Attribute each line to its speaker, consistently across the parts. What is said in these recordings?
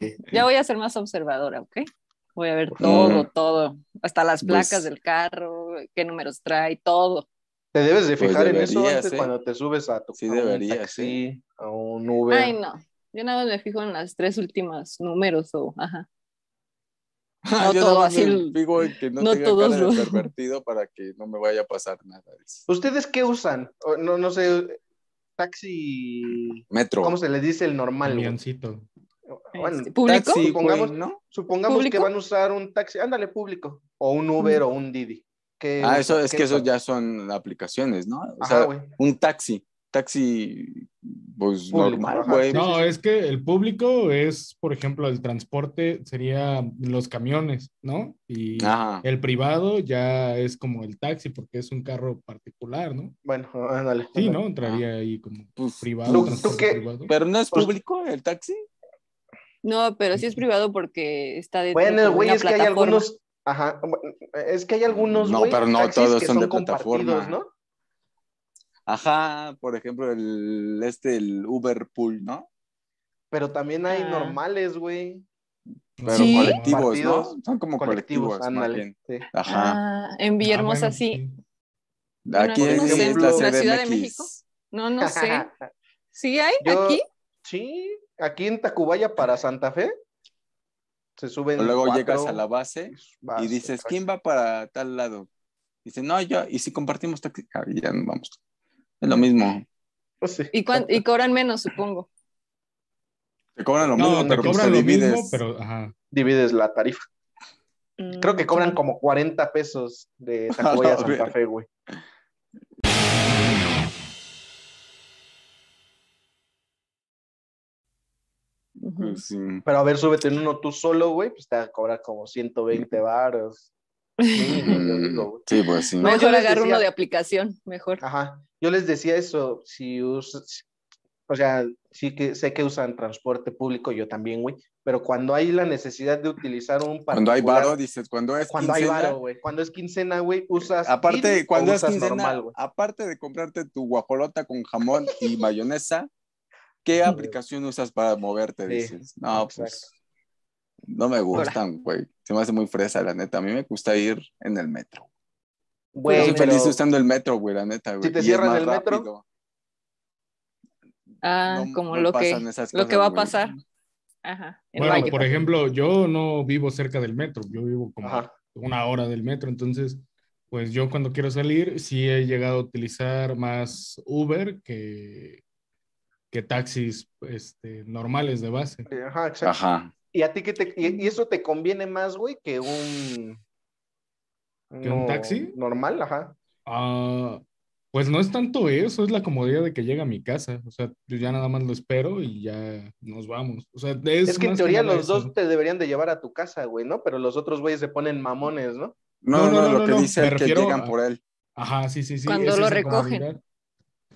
Speaker 1: eh,
Speaker 2: Ya voy a ser más observadora, ¿ok? Voy a ver todo,
Speaker 3: Mm.
Speaker 2: todo, hasta las placas
Speaker 3: Pues-
Speaker 2: del carro, qué números trae, todo.
Speaker 1: Te debes de
Speaker 3: Pues
Speaker 1: fijar en eso
Speaker 3: deberías,
Speaker 1: antes
Speaker 3: ¿eh?
Speaker 1: cuando te subes a tu
Speaker 3: Sí
Speaker 1: a un
Speaker 3: deberías,
Speaker 1: taxi, a un Uber.
Speaker 2: Ay, no. Yo nada más me fijo en las tres últimas números o, ajá.
Speaker 1: Ah,
Speaker 3: No
Speaker 2: todo así el-
Speaker 3: Digo que no,
Speaker 2: no
Speaker 3: tenga
Speaker 2: todos
Speaker 3: cara de
Speaker 2: los-
Speaker 3: pervertido para que no me vaya a pasar nada. Es
Speaker 1: ¿Ustedes qué usan? O, No, no sé, taxi.
Speaker 3: Metro.
Speaker 1: ¿Cómo se les dice el normal? güey?
Speaker 4: Camioncito.
Speaker 1: Bueno,
Speaker 2: Este, ¿Público?
Speaker 3: Taxi, güey,
Speaker 1: Supongamos-
Speaker 3: ¿no?
Speaker 1: supongamos
Speaker 2: ¿Público? Mm.
Speaker 1: que van a usar un taxi, ándale público, o un Uber o un Didi. ¿Qué
Speaker 3: Ah,
Speaker 1: usan?
Speaker 3: eso es
Speaker 1: ¿Qué
Speaker 3: que eso
Speaker 1: usan?
Speaker 3: ya son aplicaciones, ¿no? O
Speaker 1: Ajá,
Speaker 3: sea,
Speaker 1: güey.
Speaker 3: un taxi, taxi, pues
Speaker 1: Público,
Speaker 3: normal,
Speaker 1: ajá.
Speaker 3: güey.
Speaker 4: No, es que el público es, por ejemplo, el transporte sería los camiones, ¿no? Y
Speaker 1: Ah.
Speaker 3: Ajá.
Speaker 4: el privado ya es como el taxi porque es un carro particular, ¿no?
Speaker 1: Bueno, ándale.
Speaker 4: Sí,
Speaker 1: ándale.
Speaker 4: ¿no? Entraría ahí como
Speaker 3: Pues,
Speaker 4: privado,
Speaker 1: Ah. ¿Tú- tú
Speaker 4: transporte
Speaker 1: qué?
Speaker 4: privado.
Speaker 3: Pero no es
Speaker 1: Pues-
Speaker 3: público el taxi.
Speaker 2: No, pero sí es privado porque está dentro de
Speaker 1: Bueno, güey,
Speaker 2: una
Speaker 1: es que hay
Speaker 2: plataforma.
Speaker 1: algunos. Ajá, bueno, es que hay algunos.
Speaker 3: No,
Speaker 1: güey,
Speaker 3: pero no
Speaker 1: taxis
Speaker 3: todos
Speaker 1: que
Speaker 3: son de
Speaker 1: compartidos,
Speaker 3: plataforma.
Speaker 1: ¿no?
Speaker 3: Ajá, por ejemplo, el este el Uber Pool, ¿no?
Speaker 1: Pero también hay
Speaker 2: Ah.
Speaker 1: normales, güey.
Speaker 4: No
Speaker 3: Pero
Speaker 4: sé,
Speaker 2: Sí.
Speaker 4: como-
Speaker 3: colectivos, ¿no?
Speaker 1: Partidos,
Speaker 3: Son como colectivos,
Speaker 1: Colectivos,
Speaker 3: más
Speaker 1: ándale.
Speaker 3: bien.
Speaker 1: sí.
Speaker 3: Ajá.
Speaker 2: Ah, en Villahermosa
Speaker 4: Ah, bueno,
Speaker 2: sí. Bueno,
Speaker 3: Aquí
Speaker 2: por
Speaker 3: en
Speaker 1: ejemplo,
Speaker 3: esta
Speaker 1: ¿la
Speaker 2: Ciudad de
Speaker 3: CDMX.
Speaker 2: México? No, no sé. ¿Sí hay
Speaker 1: Yo-
Speaker 2: aquí?
Speaker 1: Sí, aquí en Tacubaya para Santa Fe se suben.
Speaker 3: O luego
Speaker 1: cuatro
Speaker 3: llegas a la base
Speaker 1: vas,
Speaker 3: y dices,
Speaker 1: exacto.
Speaker 3: ¿quién va para tal lado? Dice, no, yo, y si compartimos taxi, Ah, y ya nos vamos. Es lo mismo.
Speaker 1: Pues sí,
Speaker 2: Y, cuan- y cobran menos, supongo.
Speaker 3: Te cobran lo mismo,
Speaker 4: No, te
Speaker 3: pero pues
Speaker 4: cobran
Speaker 3: te
Speaker 4: lo
Speaker 3: divides.
Speaker 4: mismo, pero ajá.
Speaker 1: Divides la tarifa. Creo que cobran
Speaker 2: Mm.
Speaker 1: como 40 pesos de Tacubaya a Santa Fe, güey.
Speaker 2: Ujú.
Speaker 3: Pues, sí.
Speaker 4: Mm.
Speaker 1: Pero a ver, súbete en uno tú solo, güey, pues te va a cobrar como 120 baros. Mínimo, yo digo, güey.
Speaker 3: Sí, pues sí.
Speaker 1: No, yo
Speaker 2: Mejor
Speaker 1: les
Speaker 2: agarro uno
Speaker 1: decía-
Speaker 2: de aplicación, mejor.
Speaker 1: Ajá. Yo les decía eso, si usas, o sea, sí que sé que usan transporte público, yo también, güey, pero cuando hay la necesidad de utilizar un
Speaker 3: Cuando hay
Speaker 1: particular,
Speaker 3: varo, dices, cuando es
Speaker 1: cuando hay
Speaker 3: quincena.
Speaker 1: varo, güey, cuando es quincena, güey, usas Didi
Speaker 3: aparte,
Speaker 1: o
Speaker 3: cuando es
Speaker 1: usas
Speaker 3: quincena,
Speaker 1: normal, güey.
Speaker 3: aparte de comprarte tu guajolota con jamón y mayonesa, ¿qué aplicación usas para moverte?
Speaker 1: Sí,
Speaker 3: Dices, no, pues
Speaker 1: exacto.
Speaker 3: no me gustan, güey. Se me hace muy fresa, la neta. A mí me gusta ir en el metro.
Speaker 1: Güey,
Speaker 3: Yo soy
Speaker 1: pero-
Speaker 3: feliz usando el metro, güey, la neta, güey.
Speaker 1: Si te
Speaker 3: Y es
Speaker 1: cierran
Speaker 3: más
Speaker 1: el metro,
Speaker 3: rápido.
Speaker 2: Ah,
Speaker 3: No-
Speaker 2: como
Speaker 3: no
Speaker 2: lo que,
Speaker 3: pasan esas
Speaker 2: lo que
Speaker 3: cosas,
Speaker 2: va a
Speaker 3: güey.
Speaker 2: pasar. Ajá, en
Speaker 4: Bueno,
Speaker 2: mayo.
Speaker 4: por ejemplo, yo no vivo cerca del metro, yo vivo como
Speaker 1: Ajá.
Speaker 4: una hora del metro, entonces, pues yo cuando quiero salir sí he llegado a utilizar más Uber que, que taxis este, normales de base.
Speaker 1: Ajá, exacto.
Speaker 3: Ajá.
Speaker 1: Y a ti que te, y, y eso te conviene más, güey, que un
Speaker 4: ¿Que un taxi?
Speaker 1: normal, ajá.
Speaker 4: Ah, pues no es tanto eso, es la comodidad de que llega a mi casa, o sea, yo ya nada más lo espero y ya nos vamos. O sea, es,
Speaker 1: Es, que en
Speaker 4: más
Speaker 1: teoría
Speaker 4: nada
Speaker 1: los
Speaker 4: eso.
Speaker 1: dos te deberían de llevar a tu casa, güey, ¿no? Pero los otros güeyes se ponen mamones, ¿no?
Speaker 4: No,
Speaker 3: No, no,
Speaker 4: no, no,
Speaker 3: lo que
Speaker 4: no,
Speaker 3: dice
Speaker 4: me
Speaker 3: es que
Speaker 4: refiero
Speaker 3: llegan
Speaker 4: a-
Speaker 3: por él.
Speaker 4: Ajá, sí, sí, sí.
Speaker 2: Cuando
Speaker 4: es
Speaker 2: lo
Speaker 4: esa
Speaker 2: recogen.
Speaker 4: comodidad.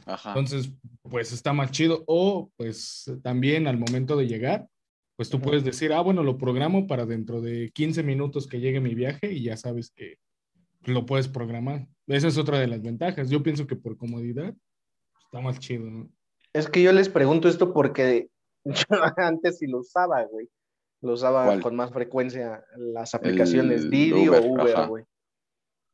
Speaker 3: Ajá.
Speaker 4: Entonces, pues está más chido. O pues también al momento de llegar, pues tú
Speaker 1: Ajá.
Speaker 4: puedes decir, ah, bueno, lo programo para dentro de 15 minutos que llegue mi viaje y ya sabes que lo puedes programar. Esa es otra de las ventajas. Yo pienso que por comodidad está más chido, ¿no?
Speaker 1: Es que yo les pregunto esto porque yo antes sí lo usaba, güey. Lo usaba
Speaker 3: ¿Cuál?
Speaker 1: con más frecuencia las aplicaciones
Speaker 3: El
Speaker 1: Didi
Speaker 3: Uber,
Speaker 1: o Uber,
Speaker 3: ajá.
Speaker 1: güey.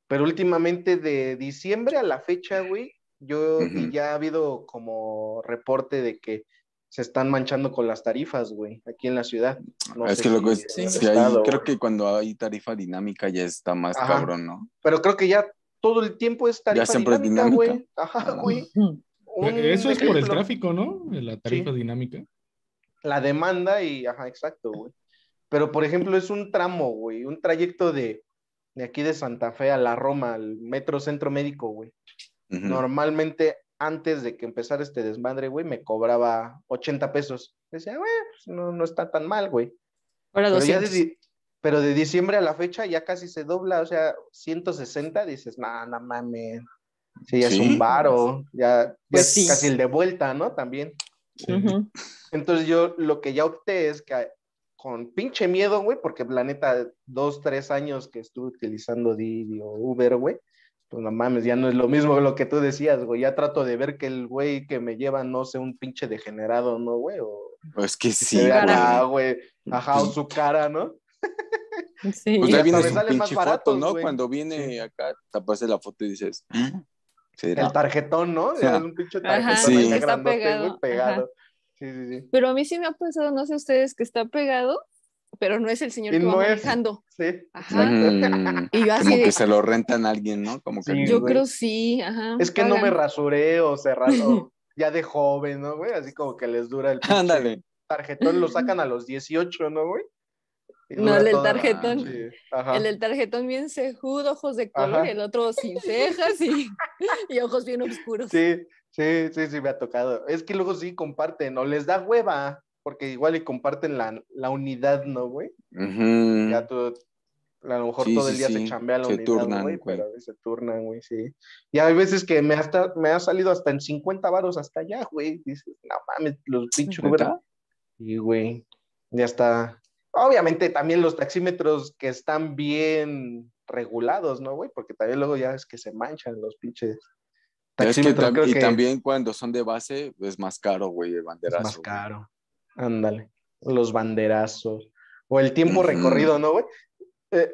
Speaker 1: Pero últimamente de diciembre a la fecha, güey, yo y
Speaker 3: Ujú.
Speaker 1: ya ha habido como reporte de que se están manchando con las tarifas, güey, aquí en la ciudad. No
Speaker 3: es
Speaker 1: sé
Speaker 3: que luego
Speaker 1: si
Speaker 3: es-
Speaker 1: en el
Speaker 3: sí, ahí
Speaker 1: estado,
Speaker 3: creo
Speaker 1: güey.
Speaker 3: que cuando hay tarifa dinámica ya está más
Speaker 1: Ajá.
Speaker 3: cabrón, ¿no?
Speaker 1: Pero creo que ya todo el tiempo es tarifa
Speaker 3: siempre es
Speaker 1: dinámica, güey.
Speaker 3: dinámica.
Speaker 1: Ajá,
Speaker 3: Ah.
Speaker 1: güey. Un
Speaker 4: Eso es por el
Speaker 1: ejemplo,
Speaker 4: tráfico, ¿no? La tarifa dinámica.
Speaker 1: La demanda y, ajá, exacto, güey. Pero, por ejemplo, es un tramo, güey, un trayecto de, de aquí de Santa Fe a la Roma, al Metro Centro Médico, güey.
Speaker 3: Ujú.
Speaker 1: Normalmente, antes de que empezara este desmadre, güey, me cobraba 80 pesos. Decía, güey, pues no, no está tan mal, güey.
Speaker 2: Ahora
Speaker 1: Pero, ya
Speaker 2: 200.
Speaker 1: de, pero de diciembre a la fecha ya casi se dobla, o sea, 160, dices, nah, no mames. Sí, ya
Speaker 3: Sí.
Speaker 1: es un varo, ya, ya
Speaker 2: Pues
Speaker 1: es
Speaker 2: sí.
Speaker 1: casi el de vuelta, ¿no? También.
Speaker 4: Sí.
Speaker 2: Ujú.
Speaker 1: Entonces yo lo que ya opté es que con pinche miedo, güey, porque la neta, dos, tres años que estuve utilizando Didi o Uber, güey, pues no mames, ya no es lo mismo lo que tú decías, güey. Ya trato de ver que el güey que me lleva no sea un pinche degenerado, ¿no, güey? O
Speaker 3: Es que sí,
Speaker 1: Se
Speaker 3: güey.
Speaker 1: ve acá,
Speaker 2: cara.
Speaker 1: güey. Ajá, o su cara, ¿no?
Speaker 2: Sí.
Speaker 3: Pues
Speaker 1: Y
Speaker 3: ya
Speaker 1: hasta
Speaker 3: viene
Speaker 1: me
Speaker 3: su
Speaker 1: sale más
Speaker 3: pinche
Speaker 1: barato,
Speaker 3: foto, ¿no?
Speaker 1: güey.
Speaker 3: Cuando viene acá, taparse la foto y dices, "¿Mm? ¿será?".
Speaker 1: El tarjetón, ¿no?
Speaker 3: Ajá.
Speaker 1: Es un pinche tarjetón
Speaker 3: Ajá, sí.
Speaker 1: ahí
Speaker 3: Está
Speaker 1: grandote, güey,
Speaker 2: pegado,
Speaker 1: pegado.
Speaker 2: ajá.
Speaker 1: Sí, sí, sí.
Speaker 2: Pero a mí sí me ha pasado, no sé ustedes, que está pegado, pero no es el señor
Speaker 1: Y
Speaker 2: que
Speaker 1: no
Speaker 2: va
Speaker 1: es.
Speaker 2: manejando.
Speaker 1: Sí.
Speaker 2: Ajá.
Speaker 3: Mm,
Speaker 2: Y yo así
Speaker 3: como
Speaker 2: de,
Speaker 3: que se lo rentan a alguien, ¿no? Como que
Speaker 4: Sí,
Speaker 2: yo
Speaker 1: güey.
Speaker 2: creo sí, ajá.
Speaker 1: Es que no me
Speaker 2: pagan.
Speaker 1: rasuré o se rasó ya de joven, ¿no, güey? Así como que les dura el pinche
Speaker 3: ándale.
Speaker 1: tarjetón, lo sacan a los 18, ¿no, güey? Y
Speaker 2: No,
Speaker 1: dura
Speaker 2: el del
Speaker 1: toda la
Speaker 2: tarjetón.
Speaker 1: noche. Ajá.
Speaker 2: El del tarjetón bien cejudo, ojos de
Speaker 1: Ajá.
Speaker 2: color, el otro sin cejas y, y ojos bien oscuros.
Speaker 1: Sí, sí, sí, sí, me ha tocado. Es que luego sí comparten, o les da hueva, porque igual y comparten la, la unidad, ¿no, güey?
Speaker 3: Ujú.
Speaker 1: Ya tú, a lo mejor
Speaker 3: Mm. Sí,
Speaker 1: todo
Speaker 3: sí,
Speaker 1: el día se
Speaker 3: sí,
Speaker 1: chambea la
Speaker 3: se
Speaker 1: unidad,
Speaker 3: turnan,
Speaker 1: güey,
Speaker 3: güey.
Speaker 1: pero a veces se turnan, güey, sí. Y hay veces que me, hasta, me ha salido hasta en 50 varos hasta allá, güey. Dices, no mames, los pinches
Speaker 3: ¿Neta?
Speaker 1: ¿verdad? Y, güey, ya está. Obviamente también los taxímetros que están bien regulados, ¿no, güey? Porque también luego ya es que se manchan los pinches
Speaker 3: Es que
Speaker 1: taxímetros.
Speaker 3: tam-
Speaker 1: creo
Speaker 3: y
Speaker 1: que
Speaker 3: también cuando son de base es más caro, güey, el
Speaker 1: es
Speaker 3: banderazo.
Speaker 1: más caro. Ándale, los banderazos. O el tiempo
Speaker 3: Ujú.
Speaker 1: recorrido, ¿no, güey? Eh,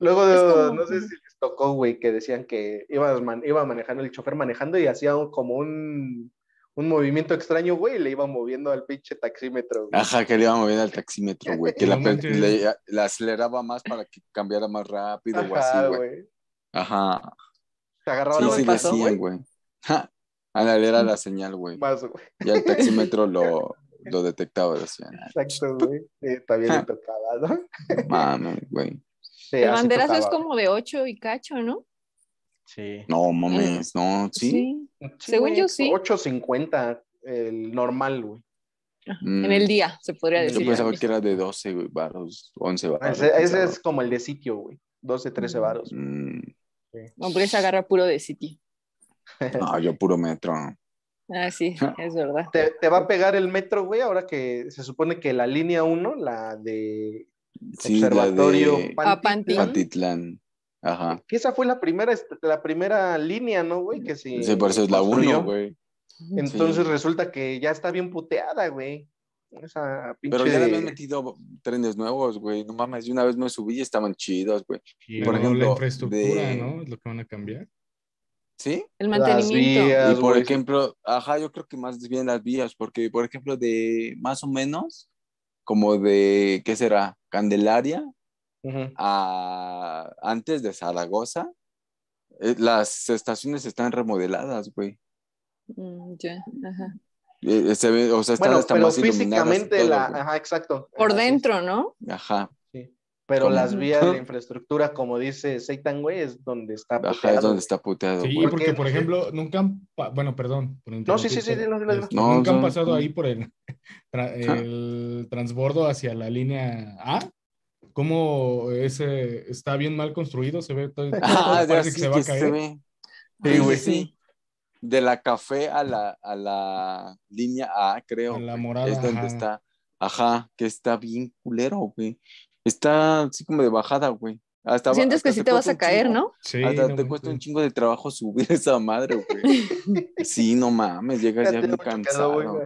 Speaker 1: luego,
Speaker 2: Es como-
Speaker 1: no sé si les tocó, güey, que decían que iba, man- iba manejando el chofer manejando y hacía un- como un, un movimiento extraño, güey, y le iba moviendo al pinche taxímetro. güey.
Speaker 3: Ajá, que le iba moviendo al taxímetro, güey. Que
Speaker 4: No
Speaker 3: la,
Speaker 4: manches.
Speaker 3: le- la aceleraba más para que cambiara más rápido o así,
Speaker 1: Ajá,
Speaker 3: güey.
Speaker 1: güey.
Speaker 3: Ajá.
Speaker 1: Te agarraba
Speaker 3: Sí,
Speaker 1: la
Speaker 2: no me
Speaker 3: sí
Speaker 1: mano,
Speaker 2: pasó,
Speaker 3: decían,
Speaker 1: güey.
Speaker 3: güey. Ja, Ándale, era la señal, güey.
Speaker 1: Más, güey.
Speaker 3: Ya el taxímetro lo, lo detectaba, decían.
Speaker 1: Exacto, güey. Eh, Sí, también le
Speaker 3: Ah.
Speaker 1: tocaba, ¿no?
Speaker 3: Mames, güey.
Speaker 1: Sí,
Speaker 2: el
Speaker 1: así
Speaker 2: banderazo es
Speaker 1: tocaba.
Speaker 2: como de 8 y cacho, ¿no?
Speaker 1: Sí.
Speaker 3: No mames, no, sí.
Speaker 2: Según
Speaker 1: güey,
Speaker 2: yo, sí.
Speaker 1: 8.50, el normal, güey.
Speaker 3: Mm.
Speaker 2: En el día, se podría
Speaker 3: Yo
Speaker 2: decir.
Speaker 3: pensaba que era de 12 güey, baros, 11
Speaker 1: Ah,
Speaker 3: baros.
Speaker 1: Ese, ese
Speaker 3: pensaba.
Speaker 1: es como el de sitio, güey. 12, 13
Speaker 2: Ujú.
Speaker 1: varos.
Speaker 3: Mm,
Speaker 2: No, porque se agarra puro de City.
Speaker 3: No, yo puro metro.
Speaker 2: Ah, sí, es verdad.
Speaker 1: Te, te va a pegar el metro, güey, ahora que se supone que la línea 1, la de
Speaker 3: Sí, la
Speaker 1: Observatorio
Speaker 3: de
Speaker 2: Pantitlán.
Speaker 3: Pantitlán. Ajá.
Speaker 1: que esa fue la primera, est- la primera línea, ¿no, güey? Que se
Speaker 3: Sí, por eso es la
Speaker 1: construyó.
Speaker 3: 1, güey.
Speaker 1: Entonces
Speaker 3: Sí.
Speaker 1: resulta que ya está bien puteada, güey. Esa pinche...
Speaker 3: Pero ya le habían metido trenes nuevos, güey. No mames, yo una vez me subí y estaban chidos, güey.
Speaker 1: Sí,
Speaker 4: Pero
Speaker 3: por
Speaker 1: güey.
Speaker 3: ejemplo,
Speaker 4: la infraestructura,
Speaker 3: de-
Speaker 4: ¿no? Es lo que van a cambiar.
Speaker 3: ¿Sí?
Speaker 2: El
Speaker 1: Las
Speaker 2: mantenimiento.
Speaker 1: vías.
Speaker 3: Y por
Speaker 1: güey.
Speaker 3: ejemplo, ajá, yo creo que más bien las vías, porque por ejemplo, de más o menos, como de, ¿qué será? Candelaria
Speaker 1: Ujú.
Speaker 3: a antes de Zaragoza, eh, las estaciones están remodeladas, güey.
Speaker 2: Mm, ya, ajá.
Speaker 3: Eh, eh, se ve, o sea, están
Speaker 1: Bueno,
Speaker 3: hasta
Speaker 1: pero
Speaker 3: más iluminadas y
Speaker 1: físicamente
Speaker 3: todo,
Speaker 1: la...
Speaker 3: güey.
Speaker 1: Ajá, exacto.
Speaker 2: Por
Speaker 1: Así es.
Speaker 2: dentro, ¿no?
Speaker 3: Ajá,
Speaker 1: Pero
Speaker 3: ¿Cómo?
Speaker 1: las vías, la infraestructura, como dice Seitan, güey, es donde está
Speaker 3: ajá, es
Speaker 1: puteado,
Speaker 3: donde
Speaker 1: güey.
Speaker 3: está puteado,
Speaker 4: Sí,
Speaker 3: güey.
Speaker 1: ¿por
Speaker 4: porque
Speaker 1: qué?
Speaker 4: por ejemplo, nunca han. pa- Bueno, perdón. por
Speaker 1: No, sí, sí,
Speaker 4: interrumpir,
Speaker 1: sí,
Speaker 4: pero-
Speaker 1: no, no, no.
Speaker 4: este,
Speaker 3: No,
Speaker 4: nunca han
Speaker 3: no,
Speaker 4: pasado
Speaker 3: no.
Speaker 4: ahí por el, tra- el transbordo hacia la línea A. ¿Cómo ese está bien mal construido? Se ve todo.
Speaker 3: Ajá,
Speaker 4: todo parece
Speaker 3: así
Speaker 4: Ah, que se va a
Speaker 3: se
Speaker 4: caer.
Speaker 3: ve.
Speaker 1: Sí,
Speaker 3: Sí,
Speaker 1: güey.
Speaker 3: sí, sí. De la café a la, a la línea A, creo.
Speaker 4: A la
Speaker 3: güey.
Speaker 4: morada,
Speaker 3: Es donde
Speaker 4: ajá.
Speaker 3: está. Ajá, que está bien culero, güey. Está así como de bajada, güey. Hasta,
Speaker 2: Sientes que
Speaker 3: si
Speaker 2: sí te vas a caer, ¿no?
Speaker 4: Sí,
Speaker 3: Hasta
Speaker 4: no
Speaker 3: te cuesta un
Speaker 4: manches.
Speaker 3: chingo de trabajo subir esa madre, güey. Sí, no mames, llegas ya
Speaker 1: Ya
Speaker 3: bien
Speaker 1: te hemos chocado, güey,
Speaker 3: cansado.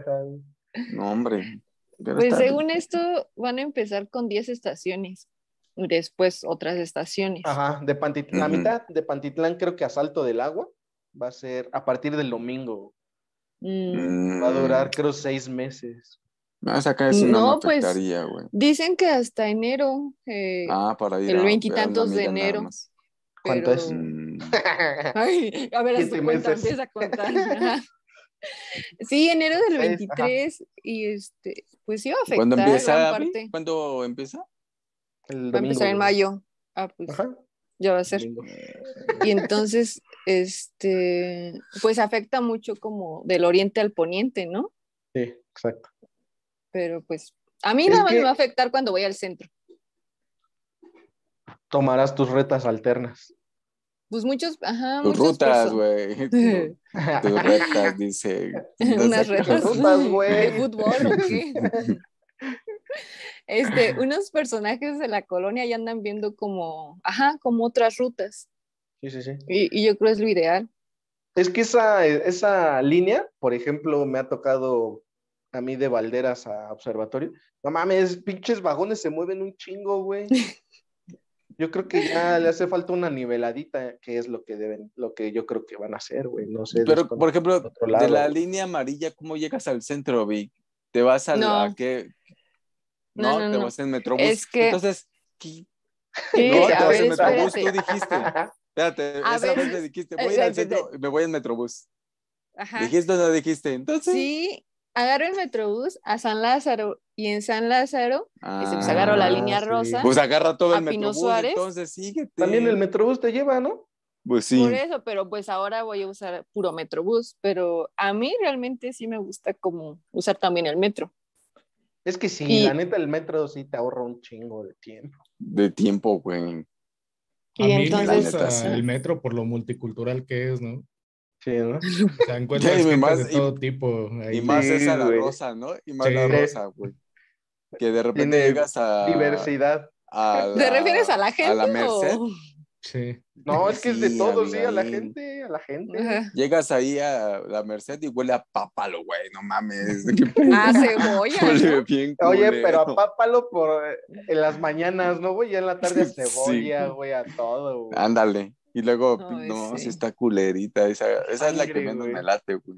Speaker 1: ajá.
Speaker 3: No, hombre. Pero
Speaker 2: Pues
Speaker 3: está
Speaker 2: según esto, van a empezar con 10 estaciones. y Después otras estaciones.
Speaker 1: Ajá, de Pantitlán, la
Speaker 3: Ujú.
Speaker 1: mitad de Pantitlán creo que Asalto del Agua va a ser a partir del domingo.
Speaker 2: Mm,
Speaker 3: Mm.
Speaker 1: Va a durar creo seis meses.
Speaker 3: No, esa calle sí no,
Speaker 2: No,
Speaker 3: me
Speaker 2: pues,
Speaker 3: afectaría, güey.
Speaker 2: Dicen que hasta enero. eh,
Speaker 3: Ah, para ir
Speaker 2: el
Speaker 3: a-
Speaker 2: veintitantos
Speaker 3: a una
Speaker 2: de
Speaker 3: amiga nada
Speaker 2: enero.
Speaker 3: más.
Speaker 1: ¿Cuánto
Speaker 2: pero-
Speaker 1: es?
Speaker 3: Mm.
Speaker 2: Ay, a ver, haz tu
Speaker 1: Siete
Speaker 2: cuenta,
Speaker 1: meses.
Speaker 2: empieza a contar. Ajá. Sí, enero del
Speaker 1: Seis, ajá.
Speaker 2: 23 y este, pues sí va a afectar
Speaker 3: ¿Cuándo empieza?
Speaker 2: gran
Speaker 3: Abby?
Speaker 2: parte.
Speaker 3: ¿Cuándo empieza?
Speaker 1: El
Speaker 2: Va a empezar en
Speaker 1: güey.
Speaker 2: mayo. Ah, pues
Speaker 1: Ajá,
Speaker 2: ya va a ser.
Speaker 1: domingo.
Speaker 2: Y entonces, este, pues afecta mucho como del oriente al poniente, ¿no?
Speaker 1: Sí, exacto.
Speaker 2: Pero pues a mí
Speaker 1: Es
Speaker 2: nada más
Speaker 1: que-
Speaker 2: me va a afectar cuando voy al centro.
Speaker 1: Tomarás tus retas alternas.
Speaker 2: Pues muchos, ajá,
Speaker 3: Tus
Speaker 2: muchas
Speaker 3: rutas,
Speaker 2: personas-
Speaker 3: güey.
Speaker 2: Sí.
Speaker 3: Tus retas, dice.
Speaker 2: unas retas
Speaker 1: rutas, güey.
Speaker 2: de fútbol o qué. Este, unos personajes de la colonia ya andan viendo como, ajá, como otras rutas.
Speaker 1: Sí, sí, sí.
Speaker 2: Y, y yo creo es lo ideal.
Speaker 1: Es que esa, esa línea, por ejemplo, me ha tocado a mí de Valderas a Observatorio. No mames, pinches vagones se mueven un chingo, güey. Yo creo que ya le hace falta una niveladita, que es lo que deben, lo que yo creo que van a hacer, güey. No sé.
Speaker 3: Pero,
Speaker 1: desconozco
Speaker 3: por ejemplo,
Speaker 1: el otro
Speaker 3: de
Speaker 1: lado,
Speaker 3: la
Speaker 1: güey.
Speaker 3: línea amarilla, ¿cómo llegas al centro, Vic? ¿Te vas a la
Speaker 2: No.
Speaker 3: que
Speaker 2: No,
Speaker 3: no,
Speaker 2: no,
Speaker 3: te
Speaker 2: no.
Speaker 3: vas en Metrobús?
Speaker 2: Es que-
Speaker 3: Entonces, ¿qué?
Speaker 2: Sí,
Speaker 3: no, te
Speaker 2: a
Speaker 3: vas
Speaker 2: ver,
Speaker 3: en Metrobús,
Speaker 2: espérate.
Speaker 3: tú dijiste. Espérate,
Speaker 2: A
Speaker 3: esa vez
Speaker 2: veces-
Speaker 3: le dijiste, voy a ir al centro, me voy en Metrobús.
Speaker 2: Ajá.
Speaker 3: ¿Dijiste o no dijiste? Entonces.
Speaker 2: Sí, agarro el metrobús a San Lázaro y en San Lázaro, este, pues
Speaker 3: Ah,
Speaker 2: agarro la
Speaker 1: Ah,
Speaker 2: línea
Speaker 1: sí.
Speaker 2: rosa.
Speaker 3: Pues agarra todo
Speaker 2: a
Speaker 3: el
Speaker 2: Pino
Speaker 3: Metrobús,
Speaker 2: Suárez.
Speaker 3: entonces síguete.
Speaker 1: También el Metrobús te lleva, ¿no?
Speaker 3: Pues sí.
Speaker 2: Por eso, pero pues ahora voy a usar puro Metrobús, pero a mí realmente sí me gusta como usar también el metro.
Speaker 1: Es que sí,
Speaker 2: Y-
Speaker 1: la neta, el metro sí te ahorra un chingo de tiempo.
Speaker 3: De tiempo, güey.
Speaker 2: Y
Speaker 4: a mí me
Speaker 2: entonces-
Speaker 4: gusta
Speaker 3: La neta,
Speaker 4: el metro por lo multicultural que es, ¿no?
Speaker 1: Sí, ¿no?
Speaker 4: O sea, encuentras
Speaker 3: y
Speaker 4: gente
Speaker 3: más-
Speaker 4: de
Speaker 3: y-
Speaker 4: todo tipo. ahí.
Speaker 3: Y más
Speaker 1: Sí,
Speaker 3: esa la
Speaker 1: güey.
Speaker 3: rosa, ¿no? Y más
Speaker 4: Sí.
Speaker 3: la rosa, güey. Que de repente
Speaker 1: Tiene
Speaker 3: llegas a.
Speaker 1: Diversidad.
Speaker 3: a
Speaker 2: ¿Te
Speaker 3: la-
Speaker 2: refieres a la gente?
Speaker 3: Ah, A la Merced.
Speaker 2: o-
Speaker 4: Sí.
Speaker 1: No, es que es de
Speaker 3: Sí,
Speaker 1: todo, sí, a la
Speaker 3: Abigail.
Speaker 1: gente, a la gente.
Speaker 2: Ajá.
Speaker 3: Llegas ahí a la Merced y huele a pápalo, güey. No mames. qué pedo.
Speaker 2: Ah, cebolla.
Speaker 3: Huele
Speaker 2: ¿no?
Speaker 3: bien
Speaker 1: Oye,
Speaker 3: culero.
Speaker 1: pero apápalo por eh, en las mañanas, ¿no, güey? Ya en la tarde a
Speaker 3: Sí. Ah,
Speaker 1: cebolla, güey, a todo, güey.
Speaker 3: Ándale. Y luego,
Speaker 2: Ay,
Speaker 3: no,
Speaker 2: sí.
Speaker 3: si está culerita. Esa, esa es la que
Speaker 1: Sangre,
Speaker 3: menos
Speaker 1: güey.
Speaker 3: me late, güey.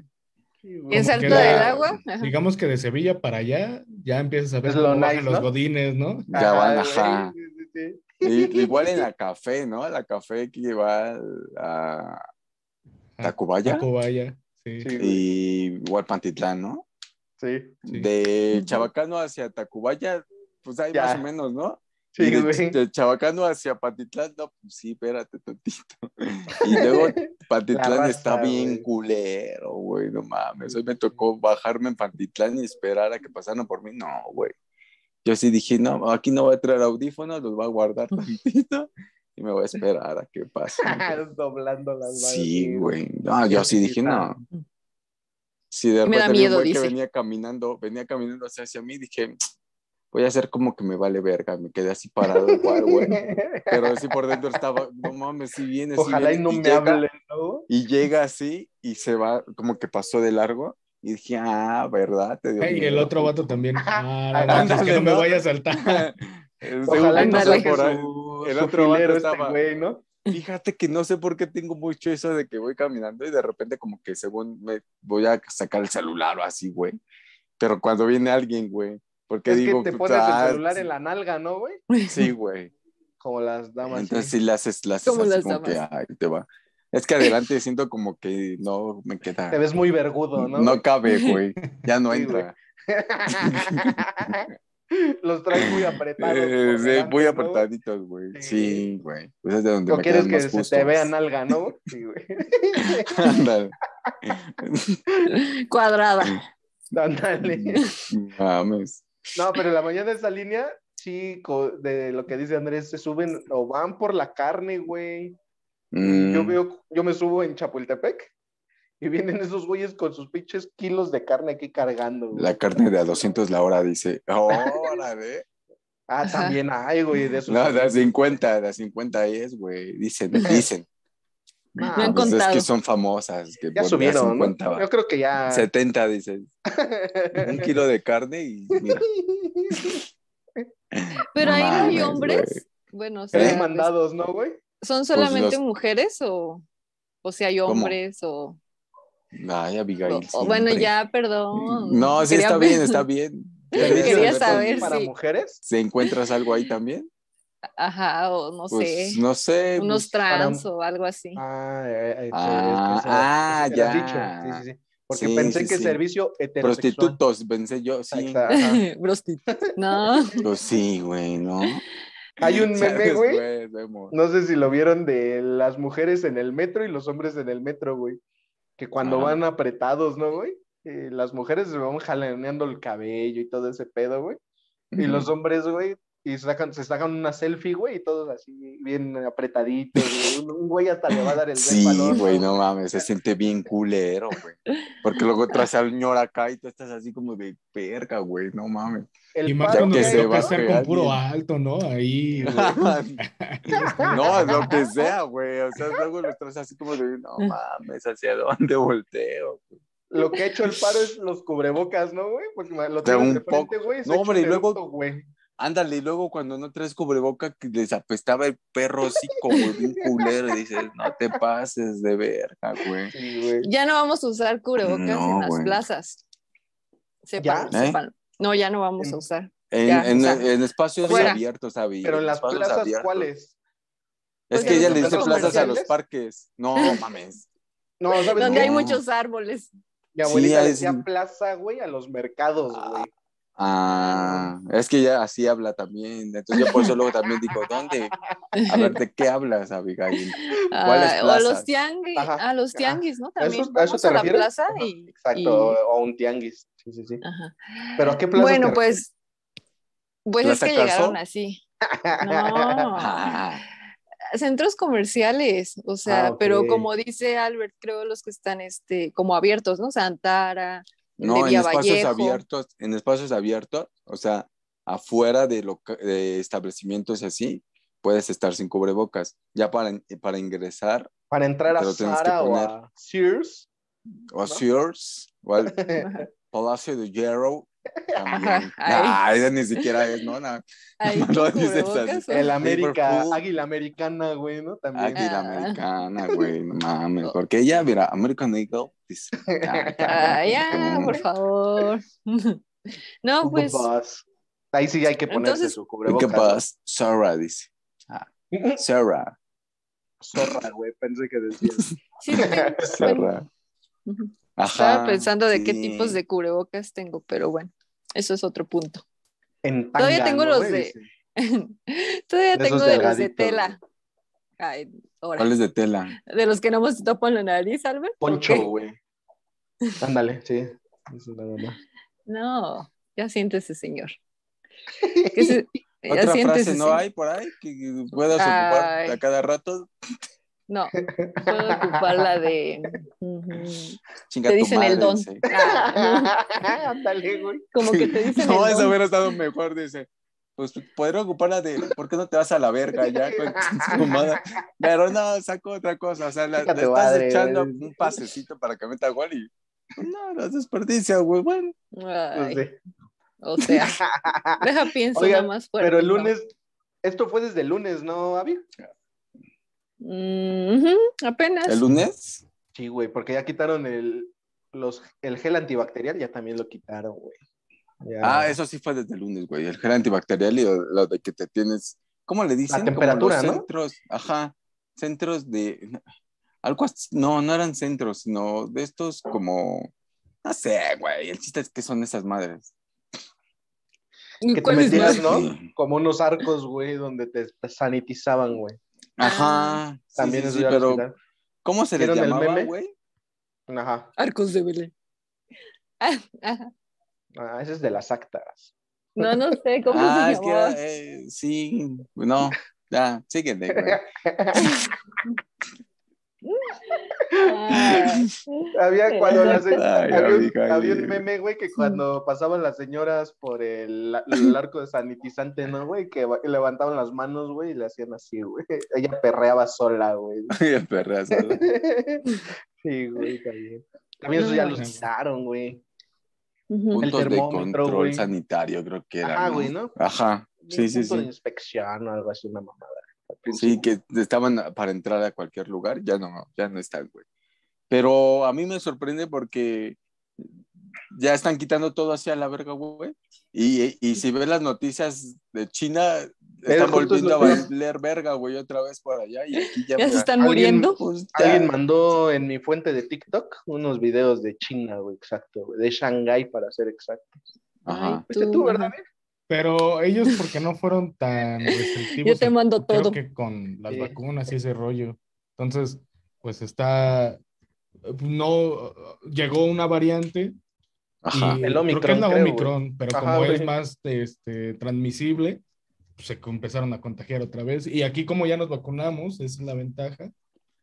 Speaker 1: Sí, güey.
Speaker 2: En
Speaker 4: Como que
Speaker 2: Salto
Speaker 4: la-
Speaker 2: del Agua. ajá.
Speaker 4: Digamos que de Sevilla para allá ya empiezas a ver
Speaker 1: Es lo
Speaker 4: cómo bajan
Speaker 1: nice,
Speaker 4: los
Speaker 1: ¿no?
Speaker 4: godines, ¿no?
Speaker 3: Ya van,
Speaker 1: Ah, güey,
Speaker 3: ajá.
Speaker 1: sí, sí, sí.
Speaker 3: Y- igual en la café, ¿no? La café que va al- a
Speaker 1: Ah.
Speaker 3: Tacubaya
Speaker 4: Tacubaya, sí.
Speaker 1: Sí, güey,
Speaker 3: y Hualpantitlán, ¿no?
Speaker 1: sí.
Speaker 4: Sí.
Speaker 3: De
Speaker 2: Ujú.
Speaker 3: Chabacano hacia Tacubaya, pues hay
Speaker 1: Ya.
Speaker 3: más o menos, ¿no?
Speaker 1: Sí,
Speaker 3: Y de,
Speaker 1: güey.
Speaker 3: de Chabacano hacia Patitlán, no, pues sí, espérate tantito. Y luego Patitlán
Speaker 1: La raza,
Speaker 3: está bien
Speaker 1: güey.
Speaker 3: culero, güey, no mames. Hoy me tocó bajarme en Patitlán y esperar a que pasaran por mí. No, güey. Yo sí dije, no, aquí no voy a traer audífonos, los voy a guardar tantito y me voy a esperar a que pasen.
Speaker 1: Doblando las manos.
Speaker 3: Sí, güey. No, yo sí dije, no. Sí, de
Speaker 2: Me da
Speaker 3: repente vi un
Speaker 2: miedo,
Speaker 3: güey que
Speaker 2: dice.
Speaker 3: venía caminando, venía caminando hacia, hacia mí, dije, voy a hacer como que me vale verga, me quedé así parado igual, güey. Pero sí por dentro estaba, no mames, si viene, sí
Speaker 1: Ojalá y
Speaker 3: viene",
Speaker 1: no me
Speaker 3: llega,
Speaker 1: hablen, ¿no?
Speaker 3: Y llega así y se va, como que pasó de largo, y dije, ah, ¿verdad? Te dio
Speaker 4: Ey, y el
Speaker 3: miedo".
Speaker 4: otro vato también. Ah, no,
Speaker 1: Ándale,
Speaker 4: manches, que no me
Speaker 3: ¿no?
Speaker 4: vaya a saltar.
Speaker 3: El
Speaker 1: Ojalá y
Speaker 3: segundo
Speaker 1: no
Speaker 2: Ándale.
Speaker 3: pasó por ahí. el
Speaker 1: el
Speaker 3: otro
Speaker 1: otro
Speaker 3: vato
Speaker 1: filero
Speaker 3: estaba-
Speaker 1: este güey, ¿no?
Speaker 3: Fíjate que no sé por qué tengo mucho eso de que voy caminando y de repente como que según me voy a sacar el celular o así, güey. Pero cuando viene alguien, güey, porque
Speaker 1: Es
Speaker 3: digo,
Speaker 1: que te pones
Speaker 3: "Ah,
Speaker 1: el celular en la nalga, ¿no, güey?
Speaker 3: Sí, güey.
Speaker 1: Como las damas. sí.
Speaker 3: Entonces sí le haces, le haces
Speaker 2: Como
Speaker 3: así
Speaker 2: las
Speaker 3: como que,
Speaker 2: damas.
Speaker 3: ay, te va. Es que adelante siento como que no me queda.
Speaker 1: Te ves muy vergudo, ¿no?
Speaker 3: ¿no? cabe, güey. Ya no
Speaker 1: Sí,
Speaker 3: entra.
Speaker 1: Los traes muy apretados. por
Speaker 3: Eh, sí,
Speaker 1: delante,
Speaker 3: muy
Speaker 1: ¿no?
Speaker 3: apretaditos, güey.
Speaker 1: Sí.
Speaker 3: Sí, güey. Pues es de donde
Speaker 1: ¿O
Speaker 3: me
Speaker 1: quieres
Speaker 3: quedan
Speaker 1: que
Speaker 3: más
Speaker 1: se
Speaker 3: justos.
Speaker 1: te vea nalga, no? Sí, güey.
Speaker 3: Ándale.
Speaker 2: Cuadrada.
Speaker 1: Ándale.
Speaker 3: Mames.
Speaker 1: No, pero la mañana de esa línea, sí, co- de lo que dice Andrés, se suben o van por la carne, güey. Yo
Speaker 3: Mm.
Speaker 1: veo, yo me subo en Chapultepec y vienen esos güeyes con sus pinches kilos de carne aquí cargando. güey.
Speaker 3: La carne de a 200 la hora, dice. Órale.
Speaker 1: Ah,
Speaker 2: Ajá.
Speaker 1: también hay, güey, de esos.
Speaker 3: No, de a 50, de a 50 es, güey. Dicen, dicen.
Speaker 1: No
Speaker 2: han
Speaker 3: Pues es
Speaker 2: contado.
Speaker 3: que son famosas. Que
Speaker 1: ya
Speaker 3: por de a
Speaker 1: subieron,
Speaker 3: 50
Speaker 1: ¿no?
Speaker 3: va. ¿Eh?
Speaker 1: Yo creo que ya.
Speaker 3: 70, dicen. Un kilo de carne y mira.
Speaker 2: Pero ahí no hay
Speaker 3: Mames,
Speaker 2: hombres. Bueno, o sea,
Speaker 1: Tres
Speaker 2: pues,
Speaker 1: mandados, ¿no, güey?
Speaker 2: ¿son solamente
Speaker 3: los-
Speaker 2: mujeres o, o si hay
Speaker 3: ¿Cómo?
Speaker 2: hombres o,
Speaker 3: Ay,
Speaker 2: o-
Speaker 3: Abigail.
Speaker 2: o- Bueno,
Speaker 3: siempre.
Speaker 2: ya, perdón.
Speaker 3: No, sí,
Speaker 2: Quería
Speaker 3: está
Speaker 2: ver-
Speaker 3: bien, está bien.
Speaker 1: Pero
Speaker 2: Quería
Speaker 1: eso no es
Speaker 2: saber
Speaker 1: para
Speaker 2: si-
Speaker 1: mujeres,
Speaker 3: ¿Se encuentras algo ahí también?
Speaker 2: Ajá, o no
Speaker 3: Pues
Speaker 2: sé.
Speaker 3: no sé.
Speaker 2: Unos
Speaker 3: pues,
Speaker 2: trans o algo así.
Speaker 1: Ah, eh, eh,
Speaker 3: Ah,
Speaker 1: es que eso-
Speaker 3: ah,
Speaker 1: eso te lo has
Speaker 3: ya.
Speaker 1: dicho. Sí, sí, sí. Porque
Speaker 3: Sí,
Speaker 1: pensé
Speaker 3: sí,
Speaker 1: que
Speaker 3: sí.
Speaker 1: servicio heterosexual.
Speaker 3: pues, prostitutos, pensé yo, sí.
Speaker 1: Exacto, ajá.
Speaker 2: Prostitutas. No.
Speaker 3: Pues sí, güey, ¿no?
Speaker 1: Hay un meme,
Speaker 3: ¿Sabes,
Speaker 1: güey.
Speaker 3: vemos.
Speaker 1: No sé si lo vieron de las mujeres en el metro y los hombres en el metro, güey. Que cuando
Speaker 3: Ajá.
Speaker 1: van apretados, ¿no, güey? Eh, las mujeres se van jaloneando el cabello y todo ese pedo, güey. Y los hombres, güey, y sacan, se sacan una selfie, güey, y todos así, bien apretaditos, güey. Un, un güey hasta le va a dar el
Speaker 3: Sí,
Speaker 1: dedo al otro,
Speaker 3: güey, no mames, se siente bien culero, güey. Porque luego traes al ñor acá y tú estás así como de perca, güey, no mames.
Speaker 1: El
Speaker 4: Y más
Speaker 1: padre,
Speaker 4: cuando
Speaker 3: que
Speaker 4: te
Speaker 1: güey,
Speaker 3: se
Speaker 4: toca
Speaker 3: va
Speaker 4: estar
Speaker 3: que
Speaker 4: con puro
Speaker 3: alguien-
Speaker 4: alto, ¿no? Ahí, güey.
Speaker 3: No, Mm. lo que sea, güey. O sea, luego los traes así como de, no mames, ¿hacia dónde volteo?
Speaker 1: Lo que ha hecho el paro es los cubrebocas, ¿no, güey? Porque lo
Speaker 3: De
Speaker 1: tienes
Speaker 3: un
Speaker 1: de frente,
Speaker 3: poco.
Speaker 1: güey. se
Speaker 3: No, hombre, y
Speaker 1: echa un
Speaker 3: luego-
Speaker 1: eructo, güey.
Speaker 3: Ándale, y luego cuando no traes cubreboca, que les apestaba el perro hocico, güey, bien culero. y Dices, no te pases de verga, güey.
Speaker 1: Sí, güey.
Speaker 2: Ya no vamos a usar cubrebocas
Speaker 3: No,
Speaker 2: en las
Speaker 3: güey.
Speaker 2: plazas. Sépanlo,
Speaker 3: ¿Eh?
Speaker 2: sépanlo. No, ya no vamos a usar.
Speaker 3: En,
Speaker 2: Ya,
Speaker 3: en-
Speaker 2: o sea,
Speaker 3: en espacios
Speaker 2: fuera.
Speaker 3: abiertos, Abby.
Speaker 1: Pero en las
Speaker 3: espacios
Speaker 1: plazas,
Speaker 3: abiertos.
Speaker 1: ¿cuáles?
Speaker 3: Es
Speaker 2: Pues
Speaker 3: que
Speaker 2: en
Speaker 3: ella
Speaker 2: los
Speaker 3: le dice
Speaker 2: centros
Speaker 3: plazas a los
Speaker 1: comerciales.
Speaker 3: parques. No, mames.
Speaker 1: No, ¿sabes?
Speaker 2: Donde
Speaker 1: qué?
Speaker 2: hay muchos árboles.
Speaker 1: Mi abuelita
Speaker 3: Sí,
Speaker 1: le
Speaker 3: es-
Speaker 1: decía plaza, güey, a los mercados, güey.
Speaker 3: Ah, es que ella así habla también. Entonces yo por eso luego también digo, ¿dónde? A ver, ¿de qué hablas, Abigail? ¿Cuáles
Speaker 2: Ah, o a los
Speaker 3: plazas?
Speaker 2: tianguis,
Speaker 1: Ajá,
Speaker 2: a los
Speaker 1: ajá.
Speaker 2: tianguis, ¿no?
Speaker 1: ¿A eso-
Speaker 2: También
Speaker 1: a eso
Speaker 2: vamos
Speaker 1: te
Speaker 2: a la
Speaker 1: refieres?
Speaker 2: plaza
Speaker 1: Ajá,
Speaker 2: y...
Speaker 1: Exacto,
Speaker 2: y-
Speaker 1: o un tianguis. Sí, sí, sí.
Speaker 2: ajá.
Speaker 1: ¿Pero a qué plaza
Speaker 2: bueno,
Speaker 1: te
Speaker 2: pues, pues es
Speaker 3: ¿Plaza
Speaker 2: que
Speaker 3: Carso?
Speaker 2: llegaron así. No.
Speaker 3: Ah,
Speaker 2: centros comerciales, o sea,
Speaker 1: Ah, ok.
Speaker 2: pero como dice Albert, creo los que están este, como abiertos, ¿no? Santara, de
Speaker 3: no, en
Speaker 2: Vía
Speaker 3: espacios
Speaker 2: Vallejo.
Speaker 3: abiertos, en espacios abiertos, o sea, afuera de, loca- de establecimientos así, puedes estar sin cubrebocas. Ya para, in- para ingresar,
Speaker 1: Para entrar a
Speaker 3: Te lo tienes que
Speaker 1: Zara o
Speaker 3: poner.
Speaker 1: a Sears.
Speaker 3: o a Sears, o al Palacio de Hierro, también.
Speaker 2: Ajá,
Speaker 3: Nah, esa ni siquiera es, no, nada.
Speaker 2: ahí
Speaker 3: No
Speaker 2: con
Speaker 3: lo dices
Speaker 2: cubrebocas,
Speaker 3: así.
Speaker 2: o-
Speaker 1: El América,
Speaker 3: Liverpool.
Speaker 1: Águila Americana, güey, ¿no? También.
Speaker 3: Águila
Speaker 2: Ah.
Speaker 3: americana, güey, no mames, porque ella, mira, American Eagle, dice, ah,
Speaker 2: Ah,
Speaker 3: cabrón,
Speaker 2: ya,
Speaker 3: como-
Speaker 2: por favor. No,
Speaker 1: Hugo
Speaker 2: pues,
Speaker 1: Boss. Ahí sí hay que ponerse
Speaker 2: Entonces-
Speaker 1: su
Speaker 3: ¿Y qué
Speaker 1: cubrebocas.
Speaker 3: pasa? Sarah dice, ah, Sarah,
Speaker 1: Zorra, güey, pensé que decías.
Speaker 2: sí, tengo- bueno,
Speaker 3: Sarah.
Speaker 2: ujú.
Speaker 3: Ajá,
Speaker 2: estaba pensando de qué
Speaker 3: sí.
Speaker 2: tipos de cubrebocas tengo, pero bueno, eso es otro punto.
Speaker 1: En
Speaker 2: Todavía
Speaker 1: tanga,
Speaker 2: tengo
Speaker 1: ¿no,
Speaker 2: los
Speaker 1: güey?
Speaker 2: de-
Speaker 1: Dice.
Speaker 2: Todavía
Speaker 1: De
Speaker 2: tengo
Speaker 1: esos
Speaker 2: de los de
Speaker 1: delgaditos,
Speaker 2: tela. Ay, ahora.
Speaker 3: ¿Cuáles de tela?
Speaker 2: De los que no me topan la nariz, Albert.
Speaker 1: Poncho,
Speaker 2: Ok.
Speaker 1: güey. Ándale, sí. Eso es la verdad.
Speaker 2: No, ya siéntese, señor. Que se- ya
Speaker 3: Otra
Speaker 2: siéntese,
Speaker 3: frase no
Speaker 2: señor.
Speaker 3: hay por ahí que- que puedas
Speaker 2: Ay.
Speaker 3: ocupar a cada rato.
Speaker 2: No, puedo ocupar la de. ujú,
Speaker 3: Chinga
Speaker 2: Te
Speaker 3: tu
Speaker 2: dicen el
Speaker 3: madre,
Speaker 2: don.
Speaker 3: dice.
Speaker 2: Ah,
Speaker 1: Ándale, güey.
Speaker 2: como que te dicen
Speaker 3: No,
Speaker 2: el
Speaker 3: eso
Speaker 2: don.
Speaker 3: hubiera estado mejor, dice. Pues podría ocupar la de, ¿por qué no te vas a la verga ya con tu mamada? Pero no, saco otra cosa, o sea, la,
Speaker 1: Chinga
Speaker 3: le
Speaker 1: tu
Speaker 3: estás
Speaker 1: madre,
Speaker 3: echando
Speaker 1: güey.
Speaker 3: un pasecito para que meta gol y pues, no, las desperdicia, güey, bueno.
Speaker 2: Ay,
Speaker 1: No sé.
Speaker 2: o sea, deja pienso
Speaker 1: Oigan,
Speaker 2: nada más fuerte.
Speaker 1: Pero el
Speaker 2: ¿no?
Speaker 1: lunes, esto fue desde el lunes, ¿no, Avi?
Speaker 2: Mm, ujú, apenas.
Speaker 3: ¿El lunes?
Speaker 1: Sí, güey, porque ya quitaron el, los, el gel antibacterial, ya también lo quitaron, güey. Ya.
Speaker 3: Ah, eso sí fue desde el lunes, güey, el gel antibacterial y lo, lo de que te tienes, ¿cómo le dicen? Como
Speaker 1: temperatura,
Speaker 3: los
Speaker 1: ¿no?
Speaker 3: Centros, ajá, centros de, algo así- no, no eran centros, sino de estos como, no sé, güey, el chiste es que son esas madres.
Speaker 1: que te
Speaker 2: ¿Cuál es
Speaker 1: metías,
Speaker 2: más?
Speaker 1: ¿no? Como unos arcos, güey, donde te sanitizaban, güey.
Speaker 3: Ajá, sí,
Speaker 1: Ah, También
Speaker 3: sí,
Speaker 1: es
Speaker 3: sí, pero ¿cómo se les
Speaker 1: ¿Vieron el
Speaker 3: llamaba,
Speaker 1: meme?
Speaker 3: güey?
Speaker 1: Ajá.
Speaker 2: Arcos de Belén. Ah, ajá.
Speaker 1: Ah, ese es de las actas.
Speaker 2: No, no sé cómo
Speaker 3: Ah,
Speaker 2: se
Speaker 3: es que
Speaker 2: llamaba.
Speaker 3: era, eh, sí, no, ya, síguele, güey.
Speaker 2: Ay,
Speaker 1: Había cuando las
Speaker 2: Ay,
Speaker 1: había, un-
Speaker 3: Abigail.
Speaker 1: había un meme, güey, que cuando pasaban las señoras por el, el arco de sanitizante, ¿no, güey? Que va- levantaban las manos, güey, y le hacían así, güey. Ella perreaba sola, güey.
Speaker 3: El perrazo, ¿no?
Speaker 1: Sí, güey, también. También eso ya lo quitaron, güey.
Speaker 2: ujú.
Speaker 3: Puntos de
Speaker 1: termómetro,
Speaker 3: control
Speaker 1: güey.
Speaker 3: sanitario, creo que era.
Speaker 1: Ajá, güey, ¿no?
Speaker 3: Ajá, sí, sí,
Speaker 1: punto de
Speaker 3: sí.
Speaker 1: inspección o algo así, una mamada.
Speaker 3: Sí, que estaban para entrar a cualquier lugar, ya no, ya no están, güey. Pero a mí me sorprende porque ya están quitando todo hacia la verga, güey. Y, y si ves las noticias de China, están
Speaker 1: justo es
Speaker 3: volviendo a
Speaker 1: lo que-
Speaker 3: valer verga, güey, otra vez por allá. Y aquí ya,
Speaker 2: Ya se
Speaker 3: pues,
Speaker 2: están
Speaker 1: Alguien-
Speaker 2: muriendo.
Speaker 3: pues, ya.
Speaker 1: Alguien mandó en mi fuente de TikTok unos videos de China, güey, exacto, güey, de Shanghái para ser exacto.
Speaker 3: Ajá.
Speaker 2: Ay,
Speaker 1: Fuiste Pues tú,
Speaker 2: ajá.
Speaker 1: ¿verdad? eh? Vic?
Speaker 4: Pero ellos porque no fueron tan restrictivos.
Speaker 2: Yo te mando
Speaker 4: creo
Speaker 2: todo.
Speaker 4: que con las
Speaker 1: Sí.
Speaker 4: vacunas y ese rollo. Entonces, pues está, no, llegó una variante
Speaker 3: Ajá.
Speaker 4: Y
Speaker 1: El
Speaker 4: Creo que
Speaker 1: Omicron,
Speaker 4: es la
Speaker 1: creo,
Speaker 4: Omicron, pero
Speaker 1: Ajá,
Speaker 4: como es
Speaker 1: güey.
Speaker 4: más este, transmisible, pues, se co- empezaron a contagiar otra vez. Y aquí, como ya nos vacunamos, esa es la ventaja. pues,